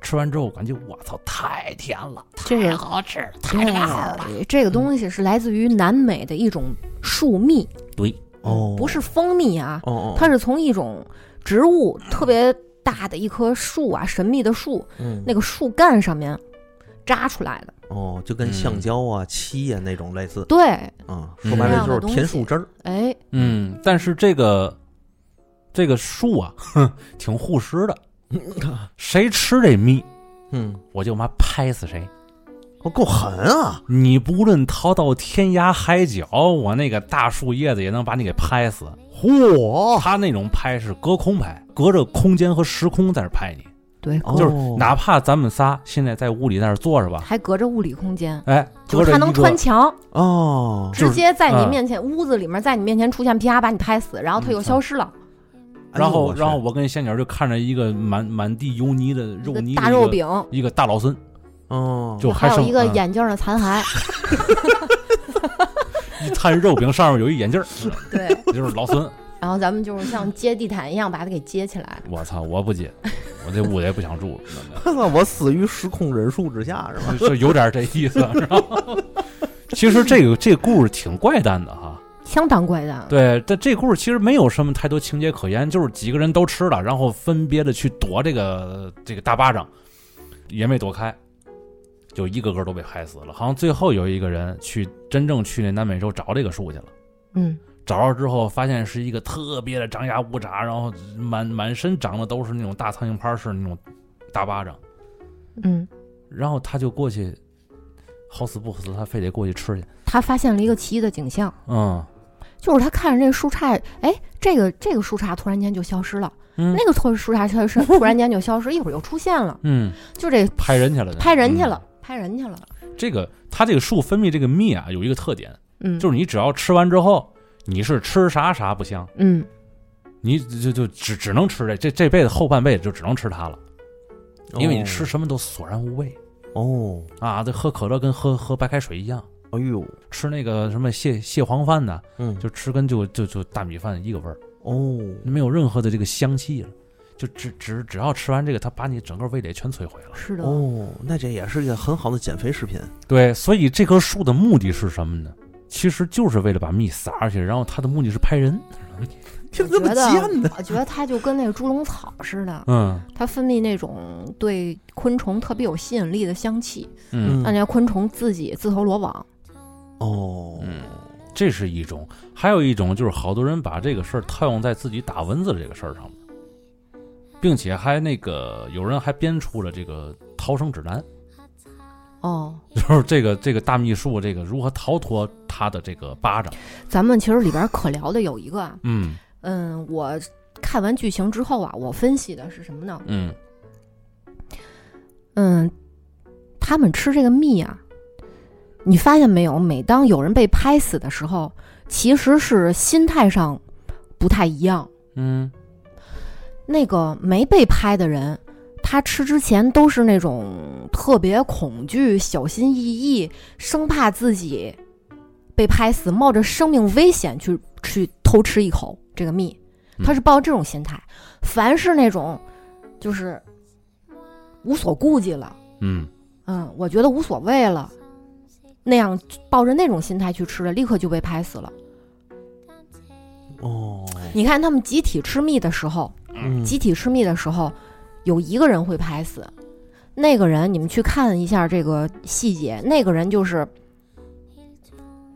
Speaker 1: 吃完之后，感觉我操，太甜了，
Speaker 2: 这
Speaker 1: 太
Speaker 2: 个
Speaker 1: 好吃了，太
Speaker 2: 这
Speaker 1: 辣了。
Speaker 2: 个这个东西是来自于南美的一种树蜜，
Speaker 1: 对，
Speaker 3: 哦，
Speaker 2: 嗯不是蜂蜜啊，
Speaker 3: 哦哦，
Speaker 2: 它是从一种植物特别大的一棵树啊，神秘的树，
Speaker 3: 嗯
Speaker 2: 那个树干上面扎出来的。
Speaker 3: 哦，就跟
Speaker 1: 嗯
Speaker 3: 橡胶啊、漆呀、那种类似
Speaker 2: 对，
Speaker 3: 啊，
Speaker 1: 嗯
Speaker 3: 说白了就
Speaker 2: 这
Speaker 3: 是
Speaker 2: 样的
Speaker 3: 甜
Speaker 2: 东西
Speaker 3: 树枝儿。
Speaker 2: 哎，
Speaker 1: 嗯，但是这个这个树啊，哼，挺护食的，谁吃这蜜，
Speaker 3: 嗯，
Speaker 1: 我就妈拍死谁。
Speaker 3: 哦，够狠啊！
Speaker 1: 你不论逃到天涯海角，我那个大树叶子也能把你给拍死。
Speaker 2: 哦
Speaker 3: 嚯，
Speaker 1: 他那种拍是隔空拍，隔着空间和时空在那拍你，
Speaker 2: 对，
Speaker 3: 哦
Speaker 1: 就是哪怕咱们仨现在在屋里在那坐着吧，
Speaker 2: 还隔着物理空间，
Speaker 1: 哎，
Speaker 2: 就
Speaker 1: 隔
Speaker 2: 是
Speaker 1: 着
Speaker 2: 它
Speaker 1: 一
Speaker 2: 能
Speaker 1: 个
Speaker 2: 穿墙，
Speaker 3: 哦，
Speaker 1: 就是
Speaker 2: 直接在你
Speaker 1: 嗯
Speaker 2: 面前、屋子里面，在你面前出现，啪把你拍死，然后它
Speaker 1: 嗯
Speaker 2: 又消失了，
Speaker 3: 哎呦
Speaker 1: 然
Speaker 2: 哦
Speaker 1: 后
Speaker 3: 我去
Speaker 1: 然后我跟仙女儿就看着一个满满地油泥的
Speaker 2: 一
Speaker 1: 肉
Speaker 2: 个
Speaker 1: 泥的
Speaker 2: 大
Speaker 1: 一
Speaker 2: 肉
Speaker 1: 个，
Speaker 2: 饼，
Speaker 1: 一个大老孙，
Speaker 3: 哦，
Speaker 1: 就
Speaker 2: 还有
Speaker 1: 剩
Speaker 2: 一个
Speaker 1: 嗯
Speaker 2: 眼镜的残骸。
Speaker 1: 一摊肉饼上面有一眼镜儿，嗯
Speaker 2: 对，
Speaker 1: 就是老孙。
Speaker 2: 然后咱们就是像接地毯一样把它给接起来。
Speaker 1: 我操，我不接，我这屋子也不想住，真的
Speaker 3: 我死于时空人数之下是吧？
Speaker 1: 就有点这意思，知道吗？其实这个这个故事挺怪诞的哈，
Speaker 2: 相当怪诞，
Speaker 1: 对，但这故事其实没有什么太多情节可言，就是几个人都吃了，然后分别的去躲这个这个大巴掌，也没躲开，就一个个都被拍死了。好像最后有一个人去真正去那南美洲找这个树去了。
Speaker 2: 嗯，
Speaker 1: 找着之后，发现是一个特别的张牙舞爪，然后满满身长的都是那种大苍蝇拍式那种大巴掌，
Speaker 2: 嗯，
Speaker 1: 然后他就过去，好死不死，他非得过去吃去。
Speaker 2: 他发现了一个奇异的景象，
Speaker 1: 嗯
Speaker 2: 就是他看着这树杈，哎，这个这个树杈突然间就消失了，
Speaker 1: 嗯
Speaker 2: 那个突树杈突突然间就消失，一会儿又出现了，
Speaker 1: 嗯，
Speaker 2: 就这
Speaker 1: 拍人去了，
Speaker 2: 拍人去了，拍人去了，
Speaker 1: 嗯。这个它这个树分泌这个蜜啊，有一个特点，
Speaker 2: 嗯，
Speaker 1: 就是是你只要吃完之后，你是吃啥啥不香，
Speaker 2: 嗯，
Speaker 1: 你就就只只能吃这这这辈子后半辈子就只能吃它了， 因为你吃什么都索然无味
Speaker 3: 哦，
Speaker 1: 啊，这喝可乐跟喝喝白开水一样。
Speaker 3: 哎呦，
Speaker 1: 吃那个什么蟹蟹黄饭呢，
Speaker 3: 嗯，
Speaker 1: 就吃跟就就就大米饭一个味儿，
Speaker 3: 哦，
Speaker 1: 没有任何的这个香气了。就只只只要吃完这个，它把你整个味蕾全摧毁了。
Speaker 2: 是的，
Speaker 3: 哦，那这也是一个很好的减肥食品。
Speaker 1: 对，所以这棵树的目的是什么呢？其实就是为了把蜜撒出去，然后它的目的是拍人。
Speaker 3: 听
Speaker 2: 我
Speaker 3: 这么
Speaker 2: 觉得
Speaker 3: 贱呢？
Speaker 2: 我觉得它就跟那个猪笼草似的，
Speaker 1: 嗯
Speaker 2: 它分泌那种对昆虫特别有吸引力的香气，
Speaker 1: 嗯，
Speaker 2: 让人家昆虫自己自投罗网。
Speaker 3: 哦，
Speaker 1: 嗯这是一种，还有一种就是好多人把这个事儿套用在自己打蚊子这个事儿上面，并且还那个有人还编出了这个逃生指南。
Speaker 2: 哦，
Speaker 1: 就是这个这个大秘术这个如何逃脱他的这个巴掌。
Speaker 2: 咱们其实里边可聊的有一个啊，
Speaker 1: 嗯
Speaker 2: 嗯，我看完剧情之后啊，我分析的是什么呢？
Speaker 1: 嗯
Speaker 2: 嗯，他们吃这个蜜啊，你发现没有？每当有人被拍死的时候，其实是心态上不太一样。
Speaker 1: 嗯
Speaker 2: 那个没被拍的人，他吃之前都是那种特别恐惧、小心翼翼，生怕自己被拍死，冒着生命危险去去偷吃一口这个蜜，他是抱着这种心态。凡是那种就是无所顾忌了，
Speaker 1: 嗯
Speaker 2: 嗯，我觉得无所谓了，那样抱着那种心态去吃的，立刻就被拍死了。
Speaker 3: 哦，
Speaker 2: 你看他们集体吃蜜的时候，
Speaker 3: 嗯
Speaker 2: 集体吃蜜的时候，有一个人会拍死，那个人你们去看一下这个细节，那个人就是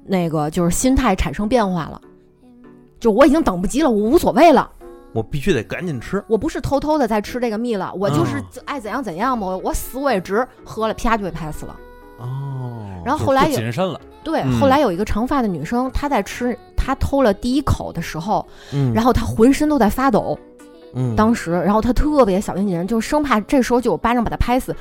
Speaker 2: 那个就是心态产生变化了，就我已经等不及了，我无所谓了，
Speaker 3: 我必须得赶紧吃。
Speaker 2: 我不是偷偷的在吃这个蜜了，我就是
Speaker 3: 嗯
Speaker 2: 爱怎样怎样嘛，我我死我也值，喝了啪就被拍死了。
Speaker 3: 哦，
Speaker 2: 然后后来
Speaker 1: 不
Speaker 2: 有
Speaker 1: 谨慎了，
Speaker 2: 对，
Speaker 1: 嗯
Speaker 2: 后来有一个长发的女生，她在吃她偷了第一口的时候，
Speaker 3: 嗯，
Speaker 2: 然后她浑身都在发抖，
Speaker 3: 嗯，
Speaker 2: 当时，然后他特别小心谨慎，就生怕这时候就有巴掌把他拍死，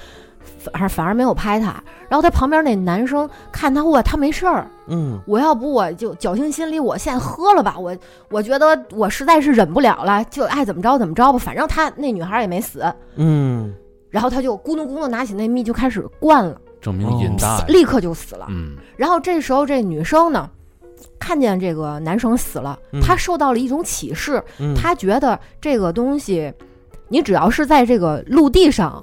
Speaker 2: 反而反而没有拍他。然后他旁边那男生看他，哇，他没事儿，
Speaker 3: 嗯
Speaker 2: 我要不我就侥幸心理，我现在喝了吧，我我觉得我实在是忍不了了，就爱怎么着怎么着吧，反正他那女孩也没死。
Speaker 3: 嗯，
Speaker 2: 然后他就咕咚咕咚拿起那蜜就开始灌了，
Speaker 1: 证明瘾大呀。
Speaker 2: 立刻就死了。
Speaker 1: 嗯
Speaker 2: 然后这时候这女生呢，看见这个男生死了，
Speaker 3: 嗯
Speaker 2: 她受到了一种启示，
Speaker 3: 嗯
Speaker 2: 他觉得这个东西，你只要是在这个陆地上，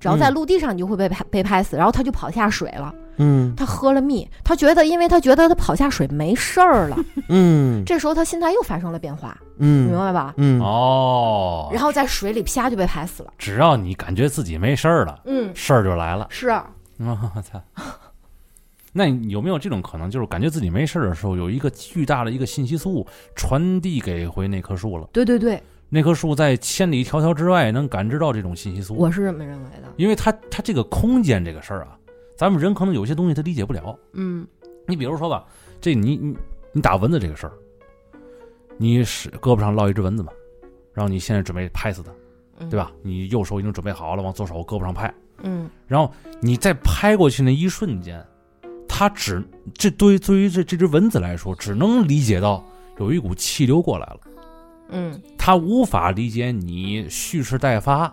Speaker 2: 只要在
Speaker 3: 嗯
Speaker 2: 陆地上，你就会被拍被拍死。然后他就跑下水了，
Speaker 3: 嗯
Speaker 2: 他喝了蜜，他觉得，因为他觉得他跑下水没事儿 了。
Speaker 3: 嗯
Speaker 2: 这时候他心态又发生了变化，你明
Speaker 3: 嗯
Speaker 2: 白吧？
Speaker 3: 嗯
Speaker 1: 哦，
Speaker 2: 然后在水里啪就被拍死了。
Speaker 1: 只要你感觉自己没事儿了，
Speaker 2: 嗯，
Speaker 1: 事儿就来了。哦
Speaker 2: 是，啊
Speaker 1: 我操！那你有没有这种可能，就是感觉自己没事儿的时候，有一个巨大的一个信息素传递给回那棵树了？
Speaker 2: 对对对，
Speaker 1: 那棵树在千里迢迢之外能感知到这种信息素，
Speaker 2: 我是这么认为的。
Speaker 1: 因为它它这个空间这个事儿啊，咱们人可能有些东西他理解不了。
Speaker 2: 嗯
Speaker 1: 你比如说吧，这你你你打蚊子这个事儿，你是胳膊上落一只蚊子嘛，然后你现在准备拍死它，
Speaker 2: 嗯
Speaker 1: 对吧？你右手已经准备好了，往左手胳膊上拍，
Speaker 2: 嗯
Speaker 1: 然后你再拍过去那一瞬间，它只这对于对于这这只蚊子来说，只能理解到有一股气流过来了，
Speaker 2: 嗯
Speaker 1: 它无法理解你蓄势待发，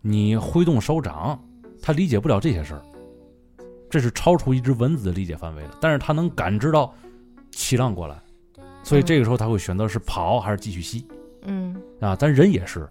Speaker 1: 你挥动手掌，它理解不了这些事儿，这是超出一只蚊子的理解范围的。但是它能感知到气浪过来，所以这个时候它会选择是跑还是继续吸
Speaker 2: 嗯
Speaker 1: 啊。咱人也是，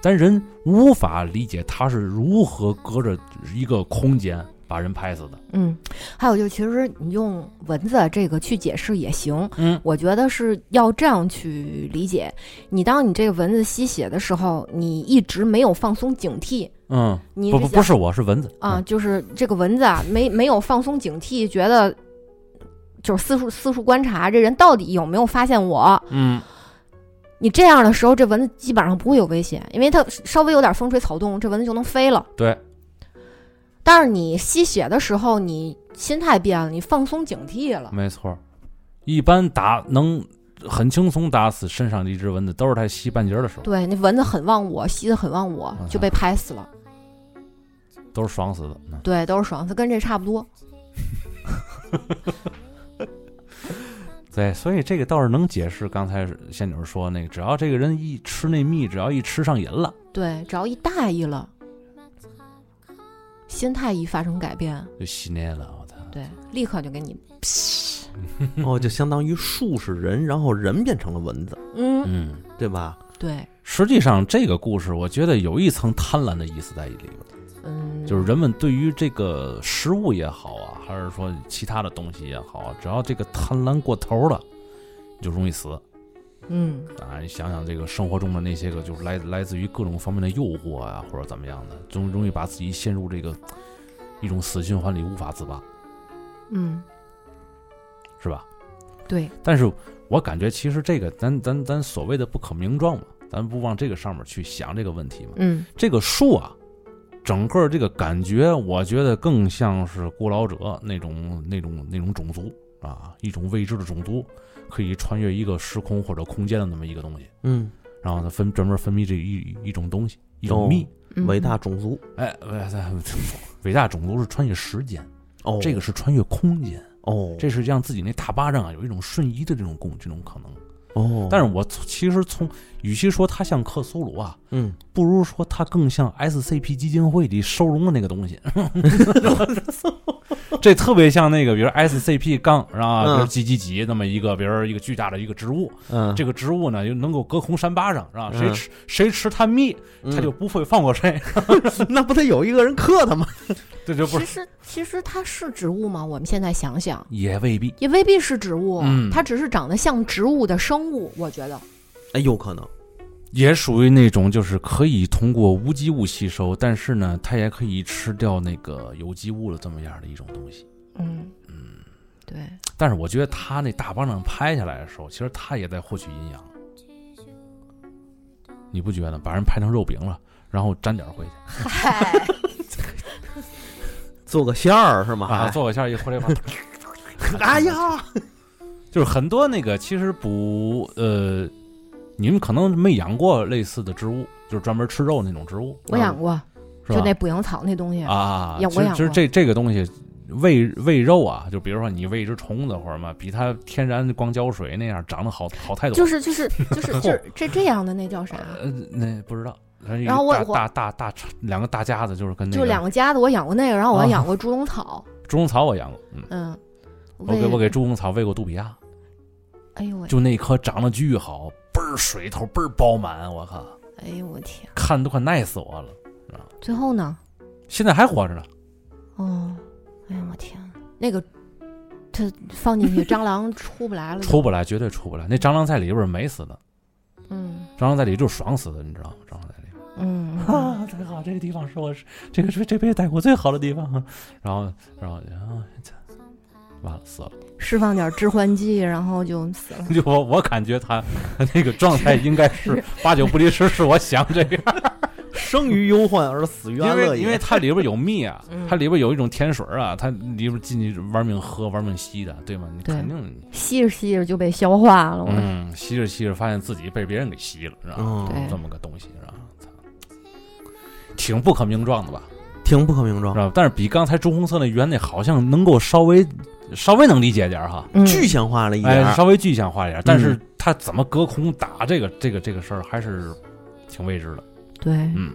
Speaker 1: 咱人无法理解它是如何隔着一个空间把人拍死的。
Speaker 2: 嗯。还有就其实你用蚊子这个去解释也行，
Speaker 1: 嗯
Speaker 2: 我觉得是要这样去理解：你当你这个蚊子吸血的时候，你一直没有放松警惕，
Speaker 1: 嗯，
Speaker 2: 你
Speaker 1: 不不
Speaker 2: 想
Speaker 1: 不是我是蚊子
Speaker 2: 啊，，就是这个蚊子啊，没没有放松警惕，觉得就是四处四处观察，这人到底有没有发现我？
Speaker 1: 嗯
Speaker 2: 你这样的时候，这蚊子基本上不会有危险，因为它稍微有点风吹草动，这蚊子就能飞了。
Speaker 1: 对。
Speaker 2: 但是你吸血的时候，你心态变了，你放松警惕了。
Speaker 1: 没错儿，一般打能很轻松打死身上的一只蚊子，都是它吸半截儿的时候，
Speaker 2: 对，那蚊子很忘我，吸的很忘
Speaker 1: 啊
Speaker 2: 我，就被拍死了。
Speaker 1: 都是爽死的。嗯
Speaker 2: 对，都是爽，它跟这差不多。
Speaker 1: 对，所以这个倒是能解释刚才仙女说那个，只要这个人一吃那蜜，只要一吃上瘾了，
Speaker 2: 对，只要一大意了，心态一发生改变，
Speaker 1: 就吸内了。 我操！
Speaker 2: 对，立刻就给你，
Speaker 3: 哦，就相当于树是人，然后人变成了蚊子，
Speaker 2: 嗯，
Speaker 1: 嗯，
Speaker 3: 对吧？
Speaker 2: 对，
Speaker 1: 实际上这个故事，我觉得有一层贪婪的意思在里边儿，
Speaker 2: 嗯，
Speaker 1: 就是人们对于这个食物也好啊，还是说其他的东西也好啊，只要这个贪婪过头了，你就容易死。
Speaker 2: 嗯，
Speaker 1: 啊，你想想这个生活中的那些个，就是来来自于各种方面的诱惑啊，或者怎么样的，容容易把自己陷入这个一种死循环里无法自拔，
Speaker 2: 嗯，
Speaker 1: 是吧？
Speaker 2: 对，
Speaker 1: 但是我感觉其实这个，咱咱咱所谓的不可名状嘛，咱不往这个上面去想这个问题嘛。
Speaker 2: 嗯，
Speaker 1: 这个树啊，整个这个感觉，我觉得更像是孤老者那种那种那种种族啊，一种未知的种族，可以穿越一个时空或者空间的那么一个东西。
Speaker 3: 嗯，
Speaker 1: 然后它分专门分泌这一一种东西，一
Speaker 3: 哦
Speaker 1: 种蜜。
Speaker 2: 嗯
Speaker 3: 伟大种族
Speaker 1: 哎，伟大伟大种族是穿越时间，
Speaker 3: 哦，
Speaker 1: 这个是穿越空间，
Speaker 3: 哦，
Speaker 1: 这是让自己那大巴掌啊有一种瞬移的这种共这种可能。
Speaker 3: 哦，
Speaker 1: 但是我从其实从，与其说它像克苏鲁啊，
Speaker 3: 嗯，
Speaker 1: 不如说它更像 SCP 基金会里收容的那个东西， 这特别像那个，比如 SCP 杠，然后比如
Speaker 3: 嗯
Speaker 1: 几几几那么一个，比如一个巨大的一个植物，
Speaker 3: 嗯，
Speaker 1: 这个植物呢又能够隔空扇巴掌，是吧？谁
Speaker 3: 嗯
Speaker 1: 吃谁吃它蜜，
Speaker 3: 嗯
Speaker 1: 它就不会放过谁，
Speaker 3: 那不得有一个人克他吗？
Speaker 1: 这就不
Speaker 2: 其
Speaker 1: 是
Speaker 2: 实其实它是植物吗？我们现在想想，
Speaker 1: 也未必。
Speaker 2: 也未必是植物，
Speaker 1: 嗯
Speaker 2: 它只是长得像植物的生物。我觉得，
Speaker 3: 哎，有可能，
Speaker 1: 也属于那种就是可以通过无机物吸收，但是呢，它也可以吃掉那个有机物的这么样的一种东西。
Speaker 2: 嗯
Speaker 1: 嗯，
Speaker 2: 对，
Speaker 1: 但是我觉得他那大巴掌拍下来的时候，其实他也在获取营养，你不觉得？把人拍成肉饼了，然后沾点儿回去
Speaker 2: 嗨，
Speaker 3: 做个馅儿是吗？
Speaker 1: 啊，做个馅儿一回来，
Speaker 3: 哎呀，
Speaker 1: 就是很多那个其实不呃，你们可能没养过类似的植物，就是专门吃肉那种植物，
Speaker 2: 我养过，
Speaker 1: 嗯是吧？
Speaker 2: 就那补阳草那东西，
Speaker 1: 啊，
Speaker 2: 养
Speaker 1: 其
Speaker 2: 我
Speaker 1: 实
Speaker 2: 养
Speaker 1: 其实
Speaker 2: 过
Speaker 1: 这这个东西喂喂肉啊，就比如说你喂一只虫子或者什么，比它天然光浇水那样长得好好太多。
Speaker 2: 就是是就是就是 就是这这样的那叫啥？
Speaker 1: 呃，那不知道。
Speaker 2: 然后我我
Speaker 1: 大大大大两个大夹子，就是跟那
Speaker 2: 就
Speaker 1: 个
Speaker 2: 两个家的，我养过那个，然后我还
Speaker 1: 啊
Speaker 2: 养过猪笼草，
Speaker 1: 猪笼草我养过，嗯，
Speaker 2: 嗯，
Speaker 1: 我给我给，猪笼草喂过杜比亚，
Speaker 2: 哎呦喂，
Speaker 1: 就那棵长得巨好，倍儿水头倍儿饱满，我靠，
Speaker 2: 哎呦我天，
Speaker 1: 看都快耐死我了。
Speaker 2: 最后呢？
Speaker 1: 现在还活着呢，
Speaker 2: 哦，哎呀我天，那个它放进去蟑螂出不来了，
Speaker 1: 出不来，绝对出不来。那蟑螂在里边儿美死的，
Speaker 2: 嗯
Speaker 1: 蟑螂在里就是爽死的，你知道吗？蟑螂在里。
Speaker 2: 嗯，嗯
Speaker 1: 啊，太好！这个地方是我是这个是这辈子待过最好的地方啊。 然后，然后，然后，这完了，死了。
Speaker 2: 释放点致幻剂，然后就死了。
Speaker 1: 就我我感觉他 他那个状态应该 是八九不离十，是我想这个，
Speaker 3: 生于忧患而死于
Speaker 1: 因
Speaker 3: 安乐
Speaker 1: 为
Speaker 3: 也。
Speaker 1: 因为它里边有蜜啊
Speaker 2: 嗯，
Speaker 1: 它里边有一种甜水啊，它里边进去玩命喝、玩命吸的，对吗？你
Speaker 2: 对
Speaker 1: 肯定，
Speaker 2: 吸着吸着就被消化了，我、
Speaker 1: 嗯，吸着吸着发现自己被别人给吸了，是吧？
Speaker 3: 嗯，
Speaker 2: 对
Speaker 1: 这么个东西，是吧？ 操挺不可名状的吧？
Speaker 3: 挺不可名状
Speaker 1: 是，吧？但是比刚才朱红色那圆那好像能够稍微稍微能理解点儿哈，
Speaker 2: 嗯
Speaker 3: 具象化了一点
Speaker 1: 哎，
Speaker 3: 儿。嗯
Speaker 1: 稍微具象化一点儿。但是他怎么隔空打这个这个这个事儿还是挺未知的。
Speaker 2: 对，
Speaker 1: 嗯，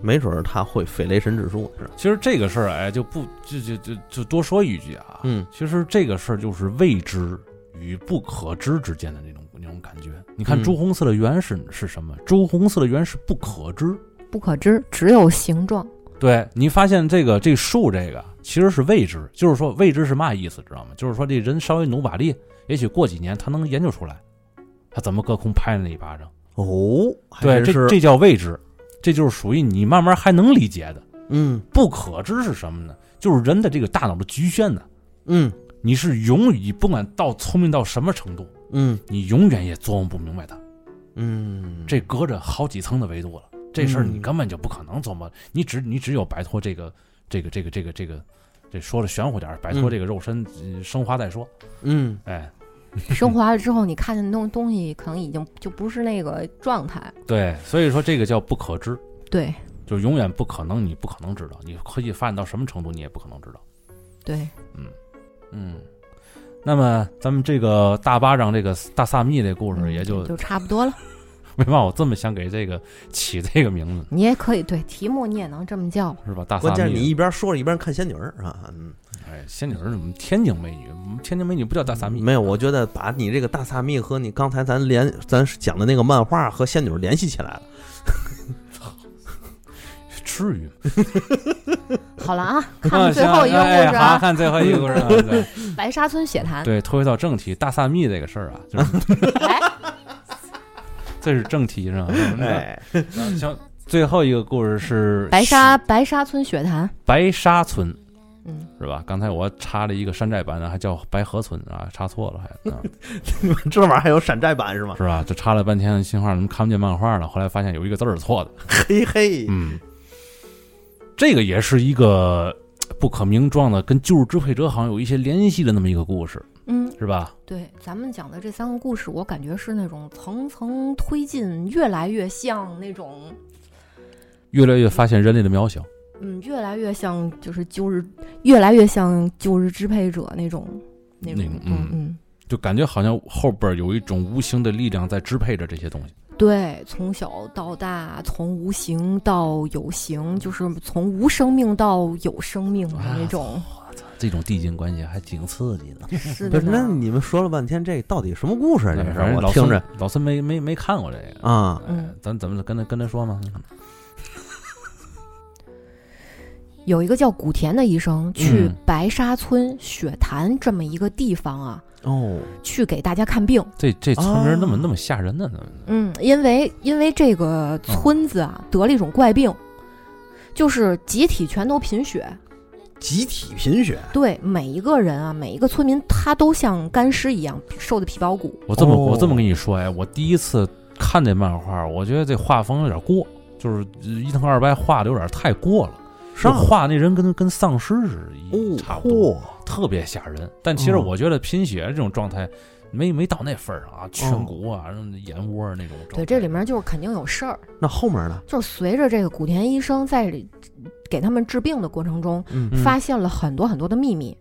Speaker 3: 没准儿他会匪雷神指数呢，是吧？
Speaker 1: 其实这个事儿哎就不就就就就多说一句啊，
Speaker 3: 嗯，
Speaker 1: 其实这个事儿就是未知与不可知之间的那种那种感觉。你看
Speaker 3: 嗯
Speaker 1: 朱红色的圆是是什么？朱红色的圆是不可知。
Speaker 2: 不可知，只有 形状。
Speaker 1: 对你发现这个这树这个其实是未知，就是说未知是嘛意思，知道吗？就是说这人稍微努把力，也许过几年他能研究出来，他怎么隔空拍那一巴掌。
Speaker 3: 哦，还
Speaker 1: 对，
Speaker 3: 真
Speaker 1: 这
Speaker 3: 是，
Speaker 1: 这叫未知，这就是属于你慢慢还能理解的。
Speaker 3: 嗯
Speaker 1: 不可知是什么呢？就是人的这个大脑的局限呢，
Speaker 3: 嗯
Speaker 1: 你是永远你不管到聪明到什么程度，
Speaker 3: 嗯
Speaker 1: 你永远也琢磨不明白它。
Speaker 3: 嗯，
Speaker 1: 这隔着好几层的维度了，这事儿你根本就不可能琢磨，你只你只有摆脱这个这个这个这个这个，这说的玄乎点儿，摆脱
Speaker 3: 嗯
Speaker 1: 这个肉身、呃升华再说。
Speaker 3: 嗯
Speaker 1: 哎，
Speaker 2: 升华了之后，你看见那种东西，可能已经就不是那个状态。
Speaker 1: 对，所以说这个叫不可知，
Speaker 2: 对
Speaker 1: 就永远不可能，你不可能知道，你科技发展到什么程度，你也不可能知道。
Speaker 2: 对，
Speaker 1: 嗯，那么咱们这个大巴掌这个大萨密这故事，也就
Speaker 2: 嗯就差不 多了。
Speaker 1: 没办法，我这么想给这个起这个名字，
Speaker 2: 你也可以对题目，你也能这么叫。
Speaker 1: 是吧？大萨
Speaker 3: 关键是你
Speaker 1: 密，
Speaker 3: 一边说着一边看仙女儿啊，嗯，
Speaker 1: 哎，仙女儿怎么天津美女？我们天津美女不叫大萨密，
Speaker 3: 嗯没有，我觉得把你这个大萨密和你刚才咱联咱讲的那个漫画和仙女儿联系起来了。
Speaker 1: 至于吗？
Speaker 2: 好了啊，看看最后一个
Speaker 1: 啊行
Speaker 2: 故
Speaker 1: 哎
Speaker 2: 事
Speaker 1: 好，
Speaker 2: 啊，
Speaker 1: 看最后一个故事 啊。对
Speaker 2: 白沙村血潭。
Speaker 1: 对，退回到正题，大萨密这个事儿啊，就是
Speaker 2: 来，
Speaker 1: 这是正题是吧？
Speaker 3: 哎，
Speaker 1: 行，最后一个故事是
Speaker 2: 白沙白沙村血潭。
Speaker 1: 白沙村
Speaker 2: 嗯，
Speaker 1: 是吧？刚才我插了一个山寨版的，还叫白河村啊，插错了还。啊
Speaker 3: 这玩意儿还有山寨版 是吗？
Speaker 1: 是吧？这插了半天新画，怎么看不见漫画了？后来发现有一个字儿是错的。
Speaker 3: 嘿嘿，
Speaker 1: 嗯，这个也是一个呃不可名状的，跟旧日支配者好像有一些联系的那么一个故事，
Speaker 2: 嗯，
Speaker 1: 是吧？
Speaker 2: 对，咱们讲的这三个故事，我感觉是那种层层推进，越来越像那种，
Speaker 1: 越来越发现人类的渺小。
Speaker 2: 嗯，越来越像就是旧日，越来越像旧日支配者那种，那种
Speaker 1: 那种，
Speaker 2: 嗯
Speaker 1: 嗯
Speaker 2: 嗯，
Speaker 1: 就感觉好像后边有一种无形的力量在支配着这些东西。
Speaker 2: 对，从小到大，从无形到有形，就是从无生命到有生命的那种，
Speaker 1: 这种递进关系还挺刺激的。
Speaker 2: 是
Speaker 3: 不
Speaker 2: 的
Speaker 3: 是，那
Speaker 2: 呢。
Speaker 3: 你们说了半天，这到底什么故事啊？这
Speaker 1: 哎
Speaker 3: 是
Speaker 1: 反正
Speaker 3: 我
Speaker 1: 老
Speaker 3: 听
Speaker 1: 孙
Speaker 3: 着
Speaker 1: 老孙没没没看过这个，
Speaker 3: 啊，
Speaker 1: 哎
Speaker 2: 嗯，
Speaker 1: 咱怎么跟他跟他说嘛？
Speaker 2: 有一个叫古田的医生去
Speaker 1: 嗯
Speaker 2: 白沙村雪潭这么一个地方啊，
Speaker 3: 哦，
Speaker 2: 去给大家看病。
Speaker 1: 这这村名那么
Speaker 3: 哦
Speaker 1: 那么吓人呢？怎么
Speaker 2: 嗯，因为因为这个村子啊得了一种怪病，就是集体全都贫血。
Speaker 3: 集体贫血，
Speaker 2: 对，每一个人啊，每一个村民，他都像干尸一样瘦的皮包骨。
Speaker 1: 我这么、
Speaker 3: 哦
Speaker 1: 我这么跟你说哎，我第一次看这漫画，我觉得这画风有点过，就是呃伊藤二白画的有点太过了，
Speaker 3: 是吧
Speaker 1: 就画那人跟跟丧尸似的一，
Speaker 3: 哦，
Speaker 1: 差不多，
Speaker 3: 嚯
Speaker 1: 特别吓人。但其实
Speaker 3: 嗯
Speaker 1: 我觉得贫血这种状态没没到那份儿上啊，颧骨啊、眼窝啊那种状态。
Speaker 2: 对，这里面就是肯定有事儿。
Speaker 3: 那后面呢？
Speaker 2: 就是随着这个古田医生在里给他们治病的过程中，
Speaker 3: 嗯，
Speaker 1: 嗯
Speaker 2: 发现了很多很多的秘密。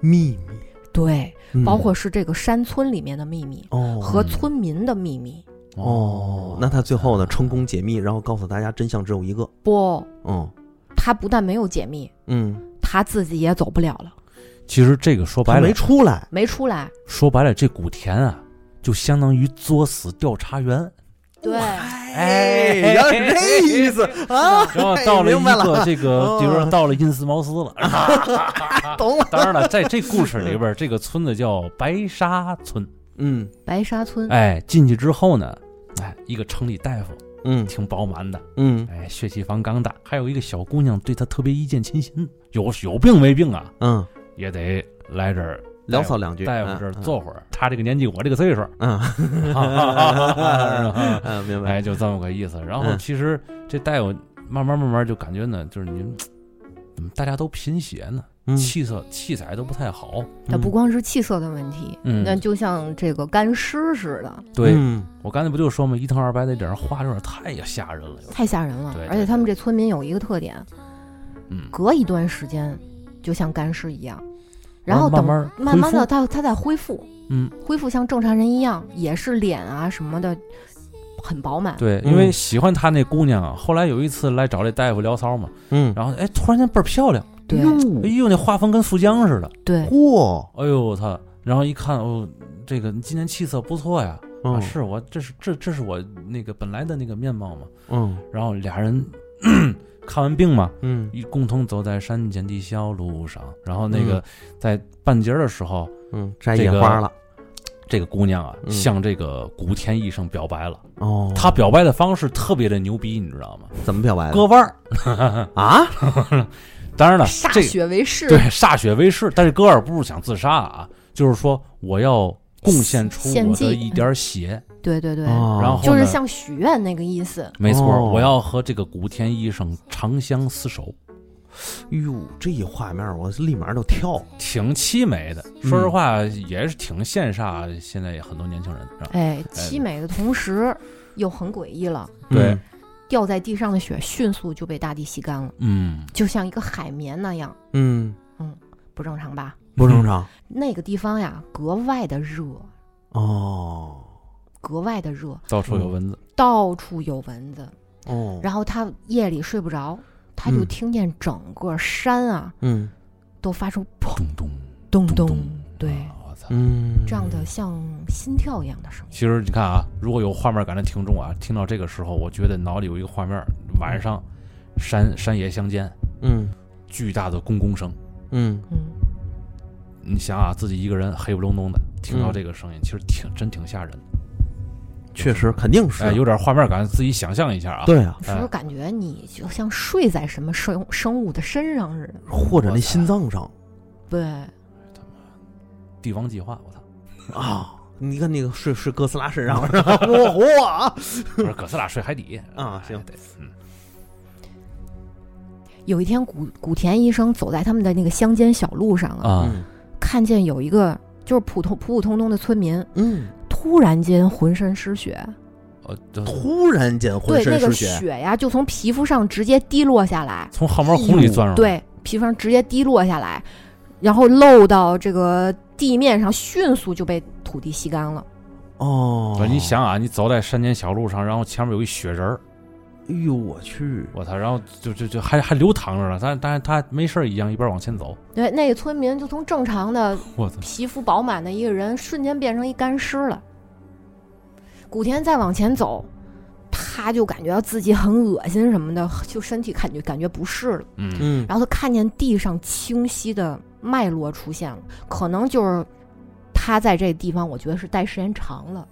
Speaker 3: 秘密，
Speaker 2: 对，
Speaker 3: 嗯
Speaker 2: 包括是这个山村里面的秘密
Speaker 3: 哦
Speaker 2: 和村民的秘密。
Speaker 3: 哦，那他最后呢，成功解密，然后告诉大家真相只有一个，
Speaker 2: 不，
Speaker 3: 嗯
Speaker 2: 他不但没有解密，
Speaker 3: 嗯，
Speaker 2: 他自己也走不了了，
Speaker 1: 其实这个说白
Speaker 3: 他
Speaker 1: 了
Speaker 3: 没，出来，
Speaker 2: 没出来。
Speaker 1: 说白了，这古田啊，就相当于作死调查员。
Speaker 2: 对，
Speaker 3: 哎，原来是这意思啊，
Speaker 1: 然后哎到了嗯一
Speaker 3: 明白了
Speaker 1: 个这个，
Speaker 3: 哦
Speaker 1: 比如说到了因斯茅斯了。
Speaker 3: 懂了，
Speaker 1: 当然了，在这故事里边儿，这个村子叫白沙村。
Speaker 3: 嗯
Speaker 2: 白沙村。
Speaker 1: 哎，进去之后呢，哎，一个城里大夫
Speaker 3: 嗯
Speaker 1: 挺饱满的，
Speaker 3: 嗯
Speaker 1: 哎，血气方刚的，还有一个小姑娘对他特别一见倾心，有有病没病啊，
Speaker 3: 嗯，
Speaker 1: 也得来这儿
Speaker 3: 聊骚两句，
Speaker 1: 大夫这儿
Speaker 3: 嗯
Speaker 1: 坐，会儿。他这个年纪，我这个岁数，
Speaker 3: 嗯
Speaker 1: 啊
Speaker 3: 嗯，明白，
Speaker 1: 哎，就这么个意思。然后
Speaker 3: 嗯
Speaker 1: 其实这大夫慢慢慢慢就感觉呢，就是你们怎么大家都贫血呢，
Speaker 3: 嗯
Speaker 1: 气色气色还都不太好。
Speaker 2: 它不光是气色的问题，
Speaker 1: 嗯
Speaker 2: 那就像这个干尸似的，
Speaker 1: 对、
Speaker 3: 嗯
Speaker 1: 我刚才不就说嘛，一藤二白那顶上画有点太吓人了，有点
Speaker 2: 太吓人了
Speaker 1: 对。对
Speaker 2: 而且他们这村民有一个特点，
Speaker 1: 嗯，
Speaker 2: 隔一段时间就像干尸一样，然后等
Speaker 1: 慢慢
Speaker 2: 慢慢的
Speaker 1: 恢复
Speaker 2: 他他在恢复，
Speaker 1: 嗯，
Speaker 2: 恢复像正常人一样，也是脸啊什么的很饱满。
Speaker 1: 对，
Speaker 3: 嗯
Speaker 1: 因为喜欢他那姑娘啊，后来有一次来找这大夫聊骚嘛，
Speaker 3: 嗯，
Speaker 1: 然后哎，突然间倍儿漂亮，
Speaker 2: 对
Speaker 1: 哎呦，那画风跟富江似的，
Speaker 2: 对，
Speaker 3: 嚯，
Speaker 1: 哎呦我操！然后一看哦，这个你今年气色不错呀，啊，
Speaker 3: 嗯
Speaker 1: 是我这是这这是我那个本来的那个面貌嘛。
Speaker 3: 嗯
Speaker 1: 然后俩人 看完病嘛，
Speaker 3: 嗯
Speaker 1: 一共同走在山间的小路上。然后那
Speaker 3: 嗯
Speaker 1: 个在半截儿的时候，
Speaker 3: 嗯，摘
Speaker 1: 这
Speaker 3: 野
Speaker 1: 个
Speaker 3: 花了，
Speaker 1: 这个姑娘啊，
Speaker 3: 嗯
Speaker 1: 向这个古田医生表白了。
Speaker 3: 哦，
Speaker 1: 她表白的方式特别的牛逼，你知道吗？
Speaker 3: 怎么表白的
Speaker 1: 割腕儿。
Speaker 3: 啊？
Speaker 1: 当然了，
Speaker 2: 歃
Speaker 1: 这
Speaker 2: 血为誓。
Speaker 1: 对歃血为誓，但是戈尔不是想自杀啊，就是说我要贡献出
Speaker 2: 献
Speaker 1: 我
Speaker 2: 祭
Speaker 1: 的一点儿血，
Speaker 2: 对对对，
Speaker 1: 然后
Speaker 2: 就是
Speaker 1: 呢
Speaker 2: 像许愿那个意思。
Speaker 1: 没错，
Speaker 3: 哦
Speaker 1: 我要和这个古田医生长相厮守，
Speaker 3: 哟，哎这一画面我立马就跳了，
Speaker 1: 挺凄美的。说实话，也是挺羡煞现在很多年轻人。是吧
Speaker 2: 哎，凄美的同时又很诡异了，
Speaker 1: 对
Speaker 2: 掉在地上的血迅速就被大地吸干了，
Speaker 1: 嗯，
Speaker 2: 就像一个海绵那样，
Speaker 3: 嗯，
Speaker 2: 不正常吧？
Speaker 3: 不正常
Speaker 2: 那个地方呀，格外的热，
Speaker 3: 哦
Speaker 2: 格外的热，
Speaker 1: 到处有蚊子。
Speaker 2: 到处有蚊子。
Speaker 3: 哦，
Speaker 2: 然后他夜里睡不着，他就
Speaker 3: 嗯
Speaker 2: 听见整个山啊、
Speaker 3: 嗯
Speaker 2: 都发出砰
Speaker 1: 咚咚
Speaker 2: 咚
Speaker 1: 咚
Speaker 2: 咚
Speaker 1: 咚，
Speaker 2: 对，
Speaker 1: 啊我操！
Speaker 3: 嗯，
Speaker 2: 这样的像心跳一样的声音。
Speaker 1: 其实你看啊，如果有画面感的听众啊，听到这个时候，我觉得脑里有一个画面：晚上山山野相间，
Speaker 3: 嗯
Speaker 1: 巨大的公公声。
Speaker 3: 嗯
Speaker 2: 嗯，
Speaker 1: 你想啊，自己一个人黑不隆咚的，听到这个声音，其实挺真挺吓人的。
Speaker 3: 确实肯定是
Speaker 1: 哎，有点画面感，自己想象一下啊。，
Speaker 3: 对啊，
Speaker 2: 是不嗯是
Speaker 1: 哎
Speaker 2: 感觉你就像睡在什么生生物的身上似的？
Speaker 3: 或者那心脏上
Speaker 2: 对，
Speaker 1: 帝王计划，我操！
Speaker 3: 啊，你看那个睡睡哥斯拉身上是吧？我嚯啊！
Speaker 1: 啊哎不是哥斯拉睡海底
Speaker 3: 啊行
Speaker 1: 哎对嗯，
Speaker 2: 有一天古古田医生走在他们的那个乡间小路上啊，
Speaker 1: 啊，
Speaker 3: 嗯
Speaker 2: 看见有一个就是普通普普通通的村民，
Speaker 3: 嗯，
Speaker 2: 突然间浑身失血，
Speaker 1: 呃，就
Speaker 3: 突然间浑
Speaker 2: 对那
Speaker 3: 身
Speaker 2: 个
Speaker 3: 失血，
Speaker 2: 血呀就从皮肤上直接滴落下来，
Speaker 1: 从汗毛孔里钻出来，
Speaker 2: 对，皮肤上直接滴落下来，然后漏到这个地面上，迅速就被土地吸干了。
Speaker 3: 哦
Speaker 1: 对，，你，想啊，你走在山间小路上，然后前面有一雪人儿，
Speaker 3: 哎呦我去，
Speaker 1: 我操，然后就就就还还流淌着呢，但但是他没事儿一样，一边往前走，
Speaker 2: 对，那个村民就从正常的
Speaker 1: 我操，
Speaker 2: 皮肤饱满的一个人，瞬间变成一干尸了。古田再往前走，他就感觉到自己很恶心什么的，就身体感觉感觉不适了。
Speaker 1: 嗯，
Speaker 3: 嗯，
Speaker 2: 然后他看见地上清晰的脉络出现了，可能就是他在这地方，我觉得是待时间长了。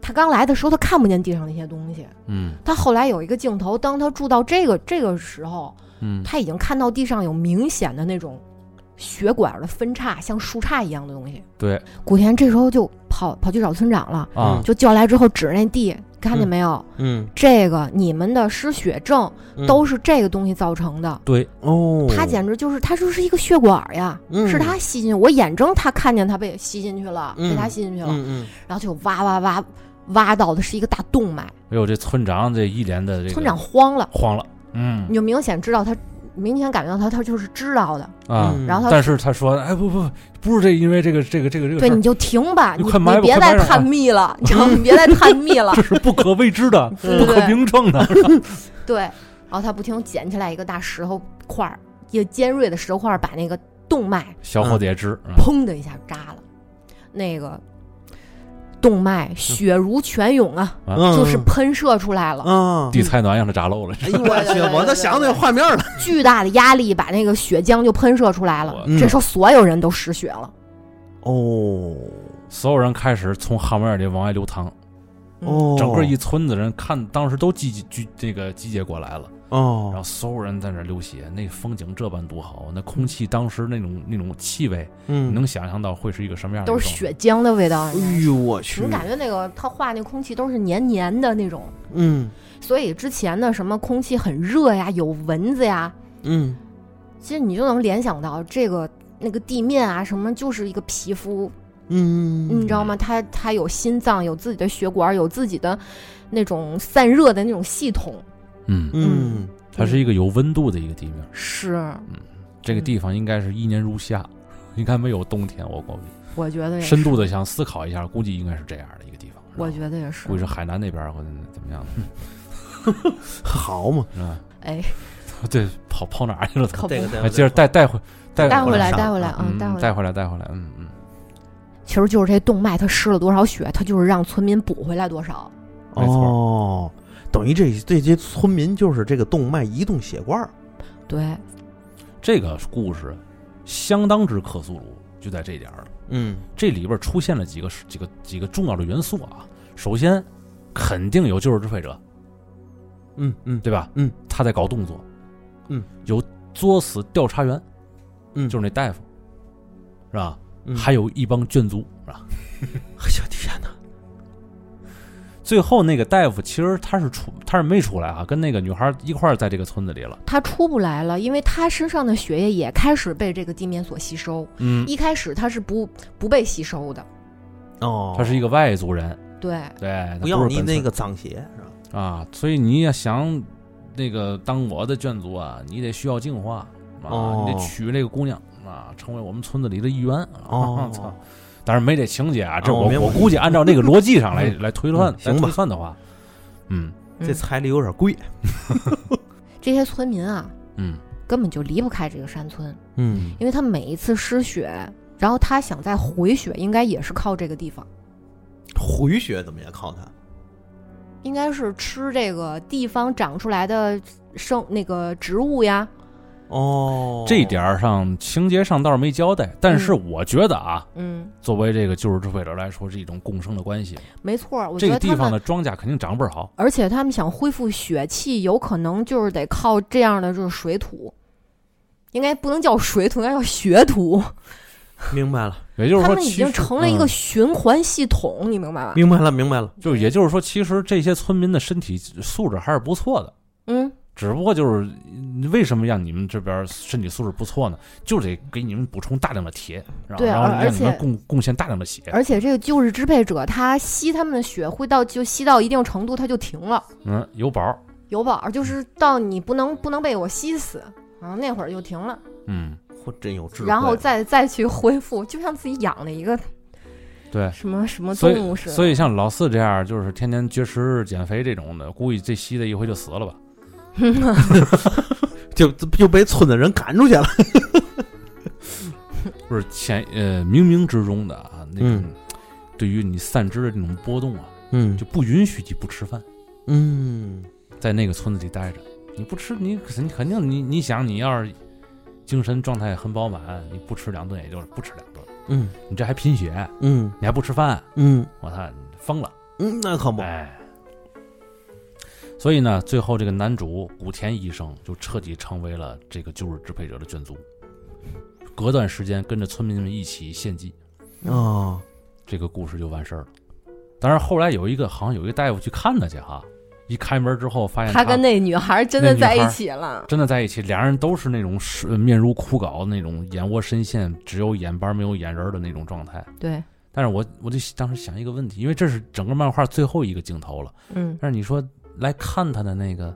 Speaker 2: 他刚来的时候，他看不见地上那些东西。
Speaker 1: 嗯
Speaker 2: 他后来有一个镜头，当他住到这个这个时候，
Speaker 1: 嗯，
Speaker 2: 他已经看到地上有明显的那种血管的分叉，像树杈一样的东西。
Speaker 1: 对
Speaker 2: 古田这时候就跑跑去找村长了，
Speaker 1: 啊，
Speaker 2: 就叫来之后指着那地，看见
Speaker 3: 嗯
Speaker 2: 没有？
Speaker 3: 嗯，
Speaker 2: 这个你们的失血症
Speaker 3: 嗯
Speaker 2: 都是这个东西造成的。
Speaker 1: 对，
Speaker 3: 哦，
Speaker 2: 他
Speaker 1: 嗯
Speaker 2: 简直就是，他就是一个血管儿呀，
Speaker 3: 嗯
Speaker 2: 是他吸进去。我眼睁他看见他被吸进去了，
Speaker 3: 嗯
Speaker 2: 被他吸进去了，
Speaker 3: 嗯
Speaker 2: 然后就挖挖挖，挖到的是一个大动脉。
Speaker 1: 哎呦，这村长这一脸的这个
Speaker 2: 村长慌了，
Speaker 1: 慌了，嗯
Speaker 2: 你就明显知道他，明显感觉到他，他就是知道的。
Speaker 1: 啊，
Speaker 3: 嗯
Speaker 2: 然后他，
Speaker 1: 但是他说，哎不不，不是这，因为这个这个这个这个
Speaker 2: 对
Speaker 1: 事
Speaker 2: 你
Speaker 1: 儿，
Speaker 2: 就停吧，
Speaker 1: 你
Speaker 2: 你
Speaker 1: 快埋吧
Speaker 2: 别
Speaker 1: 快埋
Speaker 2: 再
Speaker 1: 上啊
Speaker 2: 探 秘了，你知道吗？你别再探秘了
Speaker 1: 这。是不可未知的，
Speaker 2: 对
Speaker 1: 不可
Speaker 2: 对
Speaker 1: 名状的，
Speaker 2: 对，然后他不停捡起来一个大石头块儿，一个尖锐的石头块儿把那个动脉
Speaker 1: 小伙子也知，嗯
Speaker 2: 砰的一下扎了，那个动
Speaker 1: 嗯
Speaker 2: 脉血如泉涌啊，
Speaker 3: 嗯，
Speaker 2: 就是喷射出来了，
Speaker 3: 啊，
Speaker 1: 地菜暖让他炸漏了，
Speaker 3: 哎呦我去，我都想那画面了，
Speaker 2: 巨大的压力把那个血浆就喷射出来了
Speaker 1: 我。
Speaker 3: 嗯
Speaker 2: 这时候所有人都失血了，
Speaker 3: 哦
Speaker 1: 所有人开始从汗毛里往外流淌，
Speaker 2: 嗯
Speaker 3: 哦，
Speaker 1: 整个一村子人看当时都集集聚这个集结过来了，然
Speaker 3: 哦
Speaker 1: 后，所有人在那儿流血，那风景这般多好，那空
Speaker 2: 嗯
Speaker 1: 气当时那种那种气味，你
Speaker 3: 嗯
Speaker 1: 能想象到会是一个什么样的？
Speaker 2: 都是血，浆的味道。
Speaker 3: 哎呦我去
Speaker 2: 你，感觉那个他画那空气都是黏黏的那种，
Speaker 3: 嗯
Speaker 2: 所以之前的什么空气很热呀，有蚊子呀，
Speaker 3: 嗯
Speaker 2: 其实你就能联想到这个那个地面啊，什么就是一个皮肤，
Speaker 3: 嗯
Speaker 2: 你知道吗？它它有心脏，有自己的血管，有自己的那种散热的那种系统，
Speaker 1: 嗯，
Speaker 3: 嗯
Speaker 1: 它是一个有温度的一个地面，
Speaker 2: 是，
Speaker 1: 这
Speaker 2: 嗯
Speaker 1: 个地方应该是一年如夏，应该没有冬天，我估计。
Speaker 2: 我觉得也是
Speaker 1: 深度的想思考一下，估计应该是这样的一个地方。
Speaker 2: 我
Speaker 1: 得
Speaker 2: 觉得也是
Speaker 1: 估计。是海南那边或者怎么样的，
Speaker 3: 好嘛，
Speaker 1: 是吧？
Speaker 2: 哎，
Speaker 1: 对，跑跑哪儿去了？
Speaker 2: 靠谱
Speaker 3: 这，个
Speaker 1: 啊接着带带回带
Speaker 2: 带回
Speaker 1: 来
Speaker 2: 来，，带回来啊
Speaker 1: 嗯，，
Speaker 2: 带回来。
Speaker 1: 带回来，带回来，嗯嗯。
Speaker 2: 其实就是这动脉它失了多少血，它就是让村民补回来多少。
Speaker 1: 没错
Speaker 3: 哦，等于这这些村民就是这个动脉移动血管儿，
Speaker 2: 对，
Speaker 1: 这个故事相当之克苏鲁，就在这一点儿了。
Speaker 3: 嗯
Speaker 1: 这里边出现了几个几个几个重要的元素啊。首先，肯定有救世支配者，
Speaker 3: 嗯嗯
Speaker 1: 对吧？
Speaker 3: 嗯，
Speaker 1: 他在搞动作。
Speaker 3: 嗯，
Speaker 1: 有作死调查员，
Speaker 3: 嗯，
Speaker 1: 就是那大夫，是吧？
Speaker 3: 嗯
Speaker 1: 还有一帮眷族，是吧？
Speaker 3: 哎呀天哪，
Speaker 1: 最后那个大夫其实他是出，他是没出来啊，跟那个女孩一块儿在这个村子里了。
Speaker 2: 它出不来了，因为它身上的血液也开始被这个地面所吸收。
Speaker 1: 嗯，
Speaker 2: 一开始它是不不被吸收的，
Speaker 3: 哦，
Speaker 1: 他是一个外族人，
Speaker 2: 对，
Speaker 1: 对，他
Speaker 3: 不
Speaker 1: 是
Speaker 3: 要你
Speaker 1: 本村
Speaker 3: 那个脏鞋是 吧？
Speaker 1: 啊，所以你也想那个当我的眷族啊，你得需要净化啊，
Speaker 3: 哦
Speaker 1: 你得娶这个姑娘啊，成为我们村子里的一员啊
Speaker 3: 哦。
Speaker 1: 操、当然没这情节啊，这
Speaker 3: 哦
Speaker 1: 我、
Speaker 3: 明白
Speaker 1: 我估计按照那个逻辑上来、来推断、
Speaker 3: 嗯
Speaker 1: 来
Speaker 3: 行吧
Speaker 1: 推算的话，嗯
Speaker 3: 这彩礼有点贵，
Speaker 2: 这些村民啊，
Speaker 1: 嗯
Speaker 2: 根本就离不开这个山村，
Speaker 3: 嗯
Speaker 2: 因为他每一次失血，然后他想再回血，应该也是靠这个地方，
Speaker 3: 回血怎么也靠它，
Speaker 2: 应该是吃这个地方长出来的生那个植物呀，
Speaker 3: 哦，
Speaker 1: 这一点儿上情节上倒是没交代，但是我觉得啊，
Speaker 2: 嗯，
Speaker 1: 作为这个救世支配者来说，是一种共生的关系。
Speaker 2: 没错儿，我
Speaker 1: 这
Speaker 2: 觉
Speaker 1: 个
Speaker 2: 得
Speaker 1: 地
Speaker 2: 他
Speaker 1: 方
Speaker 2: 们，
Speaker 1: 的庄稼肯定长倍儿好，
Speaker 2: 而且他们想恢复血气，有可能就是得靠这样的就是水土，应该不能叫水土，应该叫血土。
Speaker 3: 明白了，
Speaker 1: 也就是
Speaker 2: 他
Speaker 1: 说，嗯
Speaker 2: 们已
Speaker 1: 其
Speaker 2: 经
Speaker 1: 实
Speaker 2: 成了一
Speaker 3: 嗯
Speaker 2: 个循环系统，你明白吧？
Speaker 3: 明白了，明白了，
Speaker 1: 就是也就是说，其实这些村民的身体素质还是不错的。
Speaker 2: 嗯，
Speaker 1: 只不过就是嗯为什么让你们这边身体素质不错呢？就得给你们补充大量的铁，然后
Speaker 2: 对啊
Speaker 1: 然后
Speaker 2: 而
Speaker 1: 让你
Speaker 2: 而且
Speaker 1: 们贡贡献大量的血。
Speaker 2: 而且这个就是支配者，他吸他们的血会到就吸到一定程度，他就停了。
Speaker 1: 嗯，有宝儿，
Speaker 2: 有宝儿就是到你不能不能被我吸死啊，那会儿就停了，
Speaker 1: 嗯，
Speaker 3: 嚯，真有智慧。啊
Speaker 2: 然后再再去恢复，就像自己养的一个
Speaker 1: 对。
Speaker 2: 什么什么
Speaker 1: 所
Speaker 2: 动
Speaker 1: 以，
Speaker 2: 物似的。
Speaker 1: 所以像老四这样，就是天天绝食减肥这种的，估计这吸的一回就死了吧？
Speaker 3: 就就被村子人赶出去了。
Speaker 1: 不是前呃冥冥之中的啊，那种、
Speaker 3: 嗯
Speaker 1: 对于你散枝的这种波动啊，
Speaker 3: 嗯
Speaker 1: 就不允许你不吃饭，
Speaker 3: 嗯，
Speaker 1: 在那个村子里待着。你不吃，你肯你肯定你你想，你要是精神状态很饱满，你不吃两顿也就是不吃两顿，
Speaker 3: 嗯
Speaker 1: 你这还贫血，
Speaker 3: 嗯
Speaker 1: 你还不吃饭，
Speaker 3: 嗯
Speaker 1: 我操，你疯了！
Speaker 3: 嗯，那可不，
Speaker 1: 哎，所以呢，最后这个男主古田医生就彻底成为了这个旧日支配者的眷族，隔段时间跟着村民们一起献祭，
Speaker 3: 啊，
Speaker 1: 这个故事就完事儿了。当然后来有一个好像有一个大夫去看他去哈，一开门之后发现
Speaker 2: 他跟那女孩真的在一起了，
Speaker 1: 真的在一起，俩人都是那种是面如枯槁、那种眼窝深陷、只有眼斑没有眼仁儿的那种状态。
Speaker 2: 对，
Speaker 1: 但是我我就当时想一个问题，因为这是整个漫画最后一个镜头了。
Speaker 2: 嗯，
Speaker 1: 但是你说来看他的那个，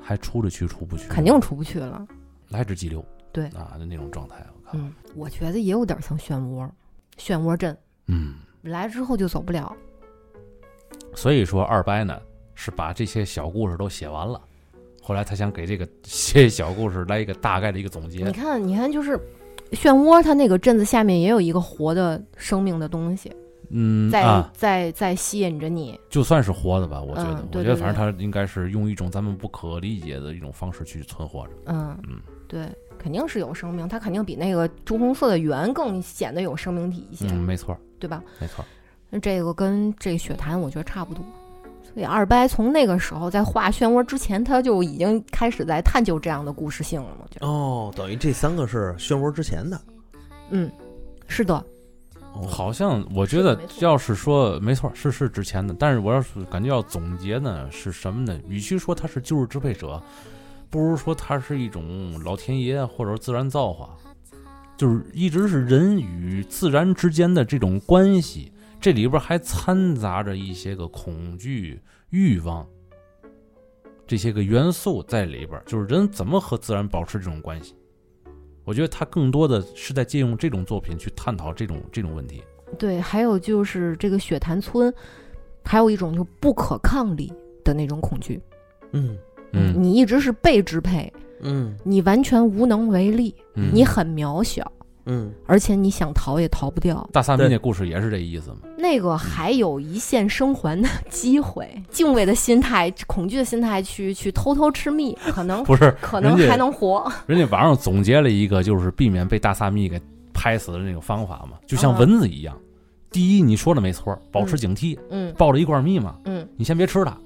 Speaker 1: 还出得去出不去？
Speaker 2: 肯定出不去了。
Speaker 1: 来之即流。
Speaker 2: 对
Speaker 1: 啊，就那种状态，我靠，
Speaker 2: 嗯，我觉得也有点像漩涡，漩涡阵
Speaker 1: 嗯，
Speaker 2: 来之后就走不了。
Speaker 1: 所以说二掰呢是把这些小故事都写完了，后来他想给这个些小故事来一个大概的一个总
Speaker 2: 你
Speaker 1: 结。
Speaker 2: 看，你看，就是漩涡，它那个阵子下面也有一个活的生命的东西
Speaker 1: 嗯
Speaker 2: 在、
Speaker 1: 啊，
Speaker 2: 在在吸引着你。
Speaker 1: 就算是活的吧，我觉得，
Speaker 2: 嗯对
Speaker 1: 我觉得
Speaker 2: 对
Speaker 1: 反正他应该是用一种咱们不可理解的一种方式去存活着。
Speaker 2: 嗯
Speaker 1: 嗯，
Speaker 2: 对，肯定是有生命，它肯定比那个朱红硕的圆更显得有生命体一些，
Speaker 1: 嗯，没错，
Speaker 2: 对吧？
Speaker 1: 没错。
Speaker 2: 那这个跟这血潭我觉得差不多。所以二掰从那个时候在画漩涡之前，他就已经开始在探究这样的故事性了。我觉得，
Speaker 3: 哦，等于这三个是漩涡之前的，
Speaker 2: 嗯，是的，
Speaker 3: 哦，
Speaker 1: 好像我觉得
Speaker 2: 是的没，错
Speaker 1: 要是说没错，是是值钱的。但是我要是感觉要总结呢，是什么呢？与其说它是旧日支配者，不如说它是一种老天爷或者说自然造化，就是一直是人与自然之间的这种关系。这里边还掺杂着一些个恐惧、欲望这些个元素在里边，就是人怎么和自然保持这种关系。我觉得他更多的是在借用这种作品去探讨这种这种问题。
Speaker 2: 对。还有就是这个血潭村，还有一种就是不可抗力的那种恐惧，
Speaker 3: 嗯
Speaker 1: 嗯
Speaker 2: 你一直是被支配，
Speaker 3: 嗯
Speaker 2: 你完全无能为力，
Speaker 1: 嗯，
Speaker 2: 你很渺小，
Speaker 3: 嗯，
Speaker 2: 而且你想逃也逃不掉。
Speaker 1: 大萨米
Speaker 3: 对
Speaker 1: 那故事也是这意思嘛？
Speaker 2: 那个还有一线生还的 机会，敬畏的心态、恐惧的心态去去偷偷吃蜜，可能
Speaker 1: 不是，
Speaker 2: 可能
Speaker 1: 人家
Speaker 2: 还能活。
Speaker 1: 人家网上总结了一个，就是避免被大萨米给拍死的那种方法嘛，就像
Speaker 2: 啊
Speaker 1: 蚊子一样。第一，你说的没错，保持警惕，
Speaker 2: 嗯
Speaker 1: 抱着一罐蜜嘛，
Speaker 2: 嗯，
Speaker 1: 你先别吃它，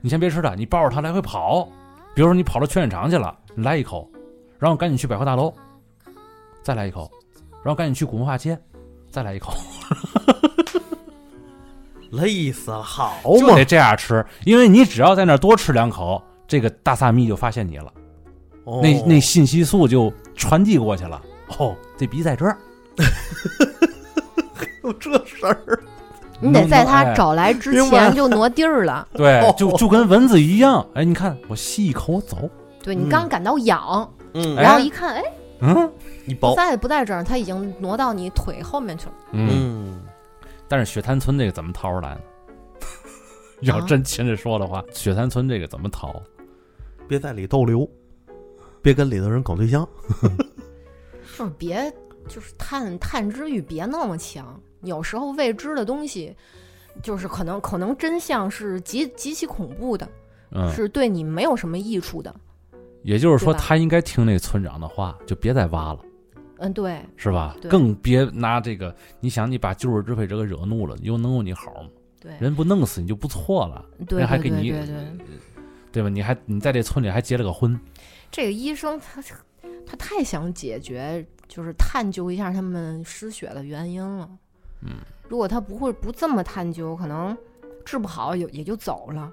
Speaker 1: 你先别吃它，你抱着它来回跑。比如说你跑到劝业场去了，你来一口，然后赶紧去百货大楼，再来一口，然后赶紧去古文化街，再来一口。
Speaker 3: 累死了，好
Speaker 1: 就
Speaker 3: 嘛
Speaker 1: 得，这样吃，因为你只要在那儿多吃两口，这个大萨米就发现你了，
Speaker 3: 哦
Speaker 1: 那那信息素就传递过去了。哦，这笔在这儿，
Speaker 3: 有这事儿，
Speaker 2: 你得在他
Speaker 1: 哎
Speaker 2: 找来之
Speaker 3: 明白
Speaker 2: 前就挪地儿了。
Speaker 1: 对，就就跟蚊子一样。哎，你看我吸一口走，
Speaker 2: 对你
Speaker 3: 嗯
Speaker 2: 刚感到痒，
Speaker 3: 嗯哎
Speaker 1: 哎
Speaker 2: 然后一看，哎，
Speaker 1: 嗯
Speaker 3: 一
Speaker 2: 不
Speaker 3: 包，
Speaker 2: 在不在这儿，他已经挪到你腿后面去了。
Speaker 1: 嗯。
Speaker 3: 嗯
Speaker 1: 但是雪滩村这个怎么逃出来呢？
Speaker 2: 啊
Speaker 1: 要真秦着说的话，雪滩村这个怎么逃？
Speaker 3: 别在里逗留，别跟里头人搞对象，
Speaker 2: 就是别，就是探探知欲别那么强。有时候未知的东西，就是可能可能真相是极极其恐怖的，
Speaker 1: 嗯，
Speaker 2: 是对你没有什么益处的。
Speaker 1: 也就是说，
Speaker 2: 对吧
Speaker 1: 他应该听那村长的话，就别再挖了。
Speaker 2: 嗯，对，
Speaker 1: 是吧？
Speaker 2: 对
Speaker 1: 更别拿这个，你想，你把旧日支配者给惹怒了，又能有你好吗？
Speaker 2: 对
Speaker 1: 人不弄死你就不错了。
Speaker 2: 对
Speaker 1: 人还
Speaker 2: 对
Speaker 1: 给
Speaker 2: 对
Speaker 1: 你
Speaker 2: 对对，
Speaker 1: 对吧？你还你在这村里还结了个婚，
Speaker 2: 这个医生他他太想解决，就是探究一下他们失血的原因了。
Speaker 1: 嗯，
Speaker 2: 如果他不会不这么探究，可能治不好也也就走了。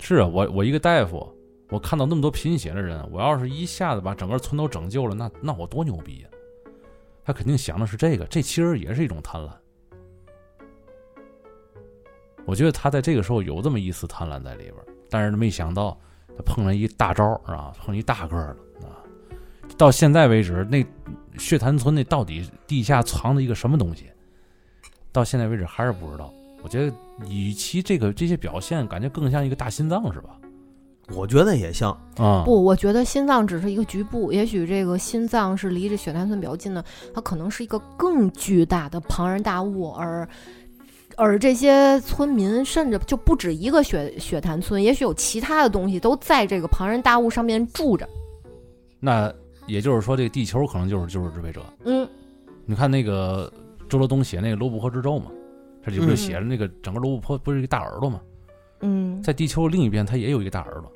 Speaker 1: 是啊我我一个大夫，我看到那么多贫血的人，我要是一下子把整个村都拯救了，那那我多牛逼呀、他肯定想的是这个，这其实也是一种贪婪。我觉得他在这个时候有这么一丝贪婪在里边儿，但是没想到他碰上一大招儿啊，碰一大个儿了啊！到现在为止，那血潭村那到底地下藏着一个什么东西，到现在为止还是不知道。我觉得，与其这个这些表现，感觉更像一个大心脏是吧？
Speaker 3: 我觉得也像，
Speaker 1: 啊、
Speaker 2: 不，我觉得心脏只是一个局部，也许这个心脏是离这血潭村比较近的，它可能是一个更巨大的庞然大物，而而这些村民甚至就不止一个血血潭村，也许有其他的东西都在这个庞然大物上面住着。
Speaker 1: 那也就是说，这个地球可能就是就是支配者。
Speaker 2: 嗯，
Speaker 1: 你看那个周罗东写那个罗布泊之咒嘛，这里不就写了那个整个罗布泊不是一个大耳朵嘛？
Speaker 2: 嗯，
Speaker 1: 在地球另一边，它也有一个大耳朵。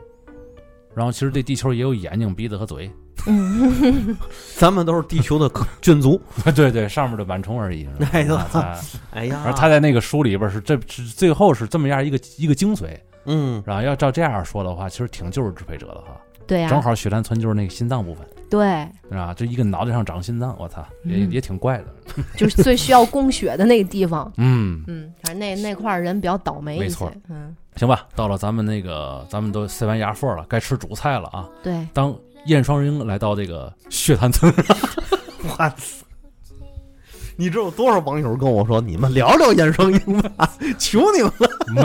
Speaker 1: 然后其实这地球也有眼睛、鼻子和嘴，
Speaker 2: 嗯，
Speaker 3: 咱们都是地球的 眷族。
Speaker 1: 对对，上面的螨虫而已。是吧
Speaker 3: 哎呦
Speaker 1: 啊在
Speaker 3: 哎呀，
Speaker 1: 而他在那个书里边是这是最后是这么样一个一个精髓，
Speaker 3: 嗯，
Speaker 1: 然后要照这样说的话，其实挺就是支配者的哈，
Speaker 2: 对啊呀、
Speaker 1: 正好雪兰村就是那个心脏部分，
Speaker 2: 对，
Speaker 1: 是吧？这一个脑袋上长心脏，我操，也
Speaker 2: 嗯
Speaker 1: 也挺怪的。
Speaker 2: 就是最需要供血的那个地方。
Speaker 1: 嗯，
Speaker 2: 嗯，反正那那块儿人比较倒霉
Speaker 1: 没
Speaker 2: 一
Speaker 1: 错
Speaker 2: 些。嗯，
Speaker 1: 行吧，到了咱们那个咱们都塞完牙缝了，该吃主菜了啊。
Speaker 2: 对，
Speaker 1: 当燕双鹰来到这个血潭村，
Speaker 3: 我操！你知道有多少网友跟我说，你们聊聊燕双鹰吧，求你们 了。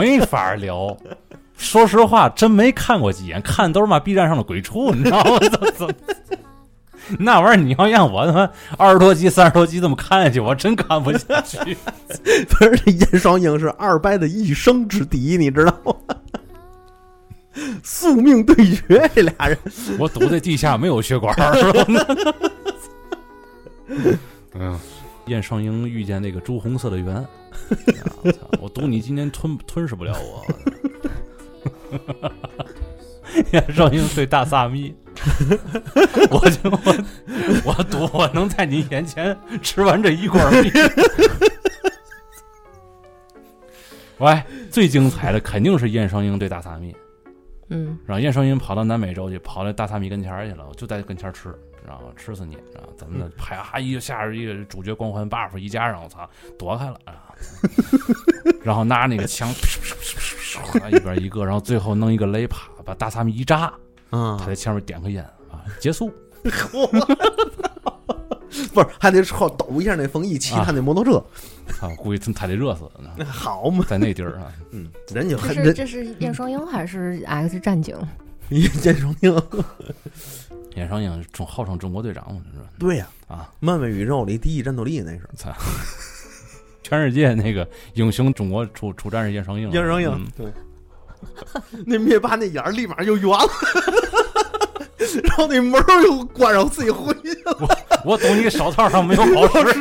Speaker 1: 没法聊。说实话，真没看过几眼，看都是嘛 B 站上的鬼畜，你知道 吗？怎怎那玩意儿你要让我他妈二十多集、三十多集这么看下去，我真看不下去。
Speaker 3: 不是，这燕双鹰是二掰的一生之敌，你知道吗？宿命对决，这俩人
Speaker 1: 我堵在地下没有血管儿。嗯，燕双鹰遇见那个朱红色的猿，啊我操我赌你今年吞吞噬不了我。 燕双鹰对大萨咪，我就我我赌我能在你眼前吃完这一罐蜜。 喂，最精彩的肯定是燕双鹰对大萨咪。
Speaker 2: 嗯，
Speaker 1: 然后燕双鹰跑到南美洲去，跑到大萨米跟前儿去了，我就在跟前儿吃，然后吃死你，然后咱们
Speaker 3: 嗯
Speaker 1: 的啪哈一下一个主角光环 buff 一加上，我操，躲开了啊， 然后拿那个枪一边一个，然后最后弄一个雷啪，把大萨米一扎，
Speaker 3: 啊
Speaker 1: 他在前面点个烟啊，结束。
Speaker 3: 不是还得靠抖一下那风一骑他那摩托车，
Speaker 1: 啊，我估计他他得热死，
Speaker 3: 那啊好嘛？
Speaker 1: 在那地儿啊，
Speaker 3: 嗯，人家
Speaker 2: 这
Speaker 3: 很
Speaker 2: 是
Speaker 3: 人
Speaker 2: 这是燕双鹰还是 X 战警？
Speaker 1: 啊
Speaker 3: 燕双鹰，
Speaker 1: 燕双鹰中号称中国队长嘛，是吧？
Speaker 3: 对呀
Speaker 1: 啊，
Speaker 3: 漫威宇宙里第一战斗力那是
Speaker 1: 全世界那个英雄，中国出出战是燕双鹰了，
Speaker 3: 燕双
Speaker 1: 嗯
Speaker 3: 鹰，对， 那灭霸那眼儿立马就圆了， 然后那门儿又关上，自己回去了。
Speaker 1: 我懂你手套上没有宝石。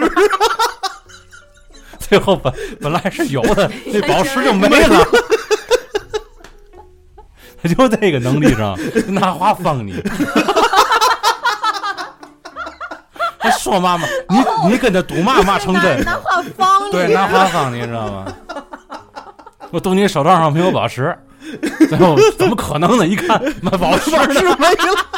Speaker 1: 最后本本来是有的，那宝石就没 了。他就这个能力上，拿花放 你。他说嘛嘛，你你跟他赌嘛嘛成真，
Speaker 2: 拿画 方
Speaker 1: 对，拿花放你知道吗？ 我赌你手套上没有宝石，最后怎么可能呢？一看，妈宝石呢
Speaker 3: 没了，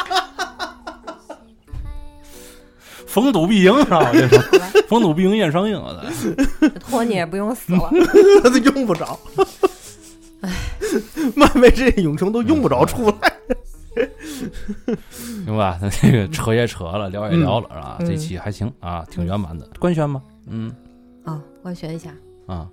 Speaker 1: 逢赌必赢是吧？我跟你说， 逢赌必赢燕双鹰，啊我操！
Speaker 2: 托尼也不用死了。
Speaker 3: 他都用不着。漫威这些英雄都用不着出来。
Speaker 1: 行吧，那这个扯也扯了，聊也聊了，是吧？
Speaker 2: 嗯
Speaker 1: 这期还行啊，挺圆满的，官宣吧，嗯
Speaker 2: 啊，我选一下
Speaker 1: 啊，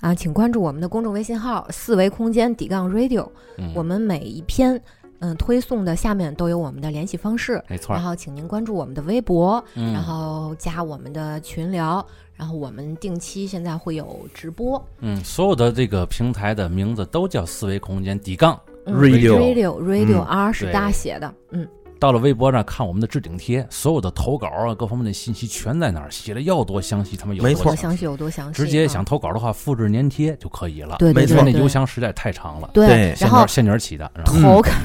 Speaker 2: 啊，请关注我们的公众微信号“四维空间底杠 radio”，
Speaker 1: 嗯，
Speaker 2: 我们每一篇嗯推送的下面都有我们的联系方式。
Speaker 1: 没错
Speaker 2: 然
Speaker 1: 儿，
Speaker 2: 后，请您关注我们的微博，
Speaker 1: 嗯，
Speaker 2: 然后加我们的群聊，然后我们定期现在会有直播
Speaker 1: 嗯，所有的这个平台的名字都叫四维空间底杠。
Speaker 2: 嗯
Speaker 3: Radio
Speaker 2: radio radio
Speaker 3: 嗯
Speaker 2: R 是
Speaker 1: 对
Speaker 2: 大写的，嗯，
Speaker 1: 到了微博上看我们的置顶贴，所有的投稿啊，各方面的信息全在那儿，写的要多详细，他们有
Speaker 3: 没
Speaker 1: 多
Speaker 3: 错
Speaker 2: 我
Speaker 1: 详
Speaker 2: 详细有多详细，
Speaker 1: 直接
Speaker 2: 啊
Speaker 1: 想投稿的话，复制粘贴就可以了。
Speaker 2: 对
Speaker 3: 没
Speaker 2: 对
Speaker 1: 因
Speaker 3: 错
Speaker 1: 为那
Speaker 2: 对对
Speaker 1: 邮箱实在太长了，
Speaker 2: 对
Speaker 3: 对，
Speaker 1: 现
Speaker 2: 然后
Speaker 1: 卷现卷起的，然后
Speaker 2: 投稿，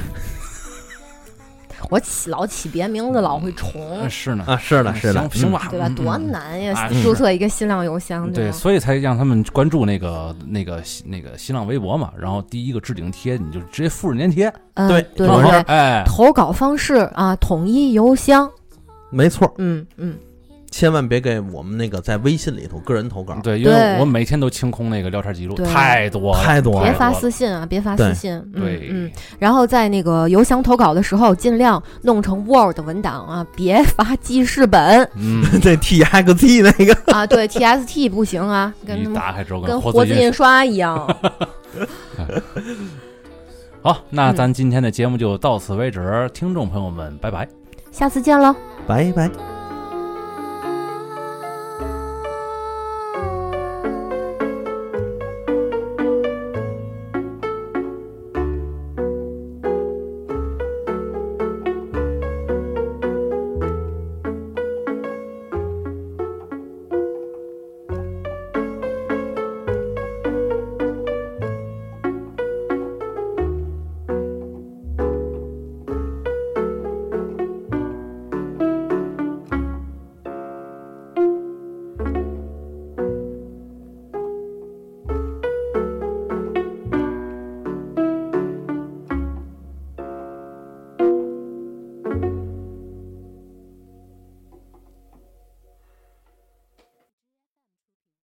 Speaker 2: 我起老起别名字老会重
Speaker 1: 嗯，是呢，
Speaker 3: 啊，是的，是的，
Speaker 1: 行行
Speaker 3: 嗯，
Speaker 1: 吧，
Speaker 2: 呃对吧？
Speaker 1: 嗯
Speaker 2: 多。
Speaker 1: 嗯
Speaker 2: 难呀！
Speaker 1: 啊是
Speaker 2: 注册一个新浪邮箱，
Speaker 1: 对，
Speaker 2: 吧？
Speaker 1: 所以才让他们关注那个那个那个新浪微博嘛，然后第一个置顶贴你就直接复制粘贴，
Speaker 2: 嗯，
Speaker 3: 对
Speaker 2: 对对
Speaker 1: 完事儿
Speaker 2: 对，
Speaker 1: 哎，
Speaker 2: 投稿方式啊，统一邮箱，
Speaker 3: 没错，
Speaker 2: 嗯嗯，
Speaker 3: 千万别给我们那个在微信里头个人投稿，
Speaker 1: 对，因为
Speaker 2: 对
Speaker 1: 我每天都清空那个聊天记录，
Speaker 2: 对
Speaker 1: 太多了，
Speaker 3: 太多
Speaker 2: 别
Speaker 3: 了
Speaker 2: 发私信啊，别发
Speaker 3: 对
Speaker 2: 私信，嗯
Speaker 1: 对，
Speaker 2: 嗯。然后在那个邮箱投稿的时候，尽量弄成 Word 文档啊，别发记事本
Speaker 1: 嗯，
Speaker 3: 那 T X T 那个，
Speaker 2: 啊。对，TST 不行啊，跟他
Speaker 1: 一
Speaker 2: 们
Speaker 1: 打开之后
Speaker 2: 跟
Speaker 1: 活
Speaker 2: 活字
Speaker 1: 字
Speaker 2: 印刷一样。
Speaker 1: 好，那
Speaker 2: 嗯
Speaker 1: 咱今天的节目就到此为止，听众朋友们，拜拜。
Speaker 2: 下次见喽。
Speaker 3: 拜拜。
Speaker 4: 「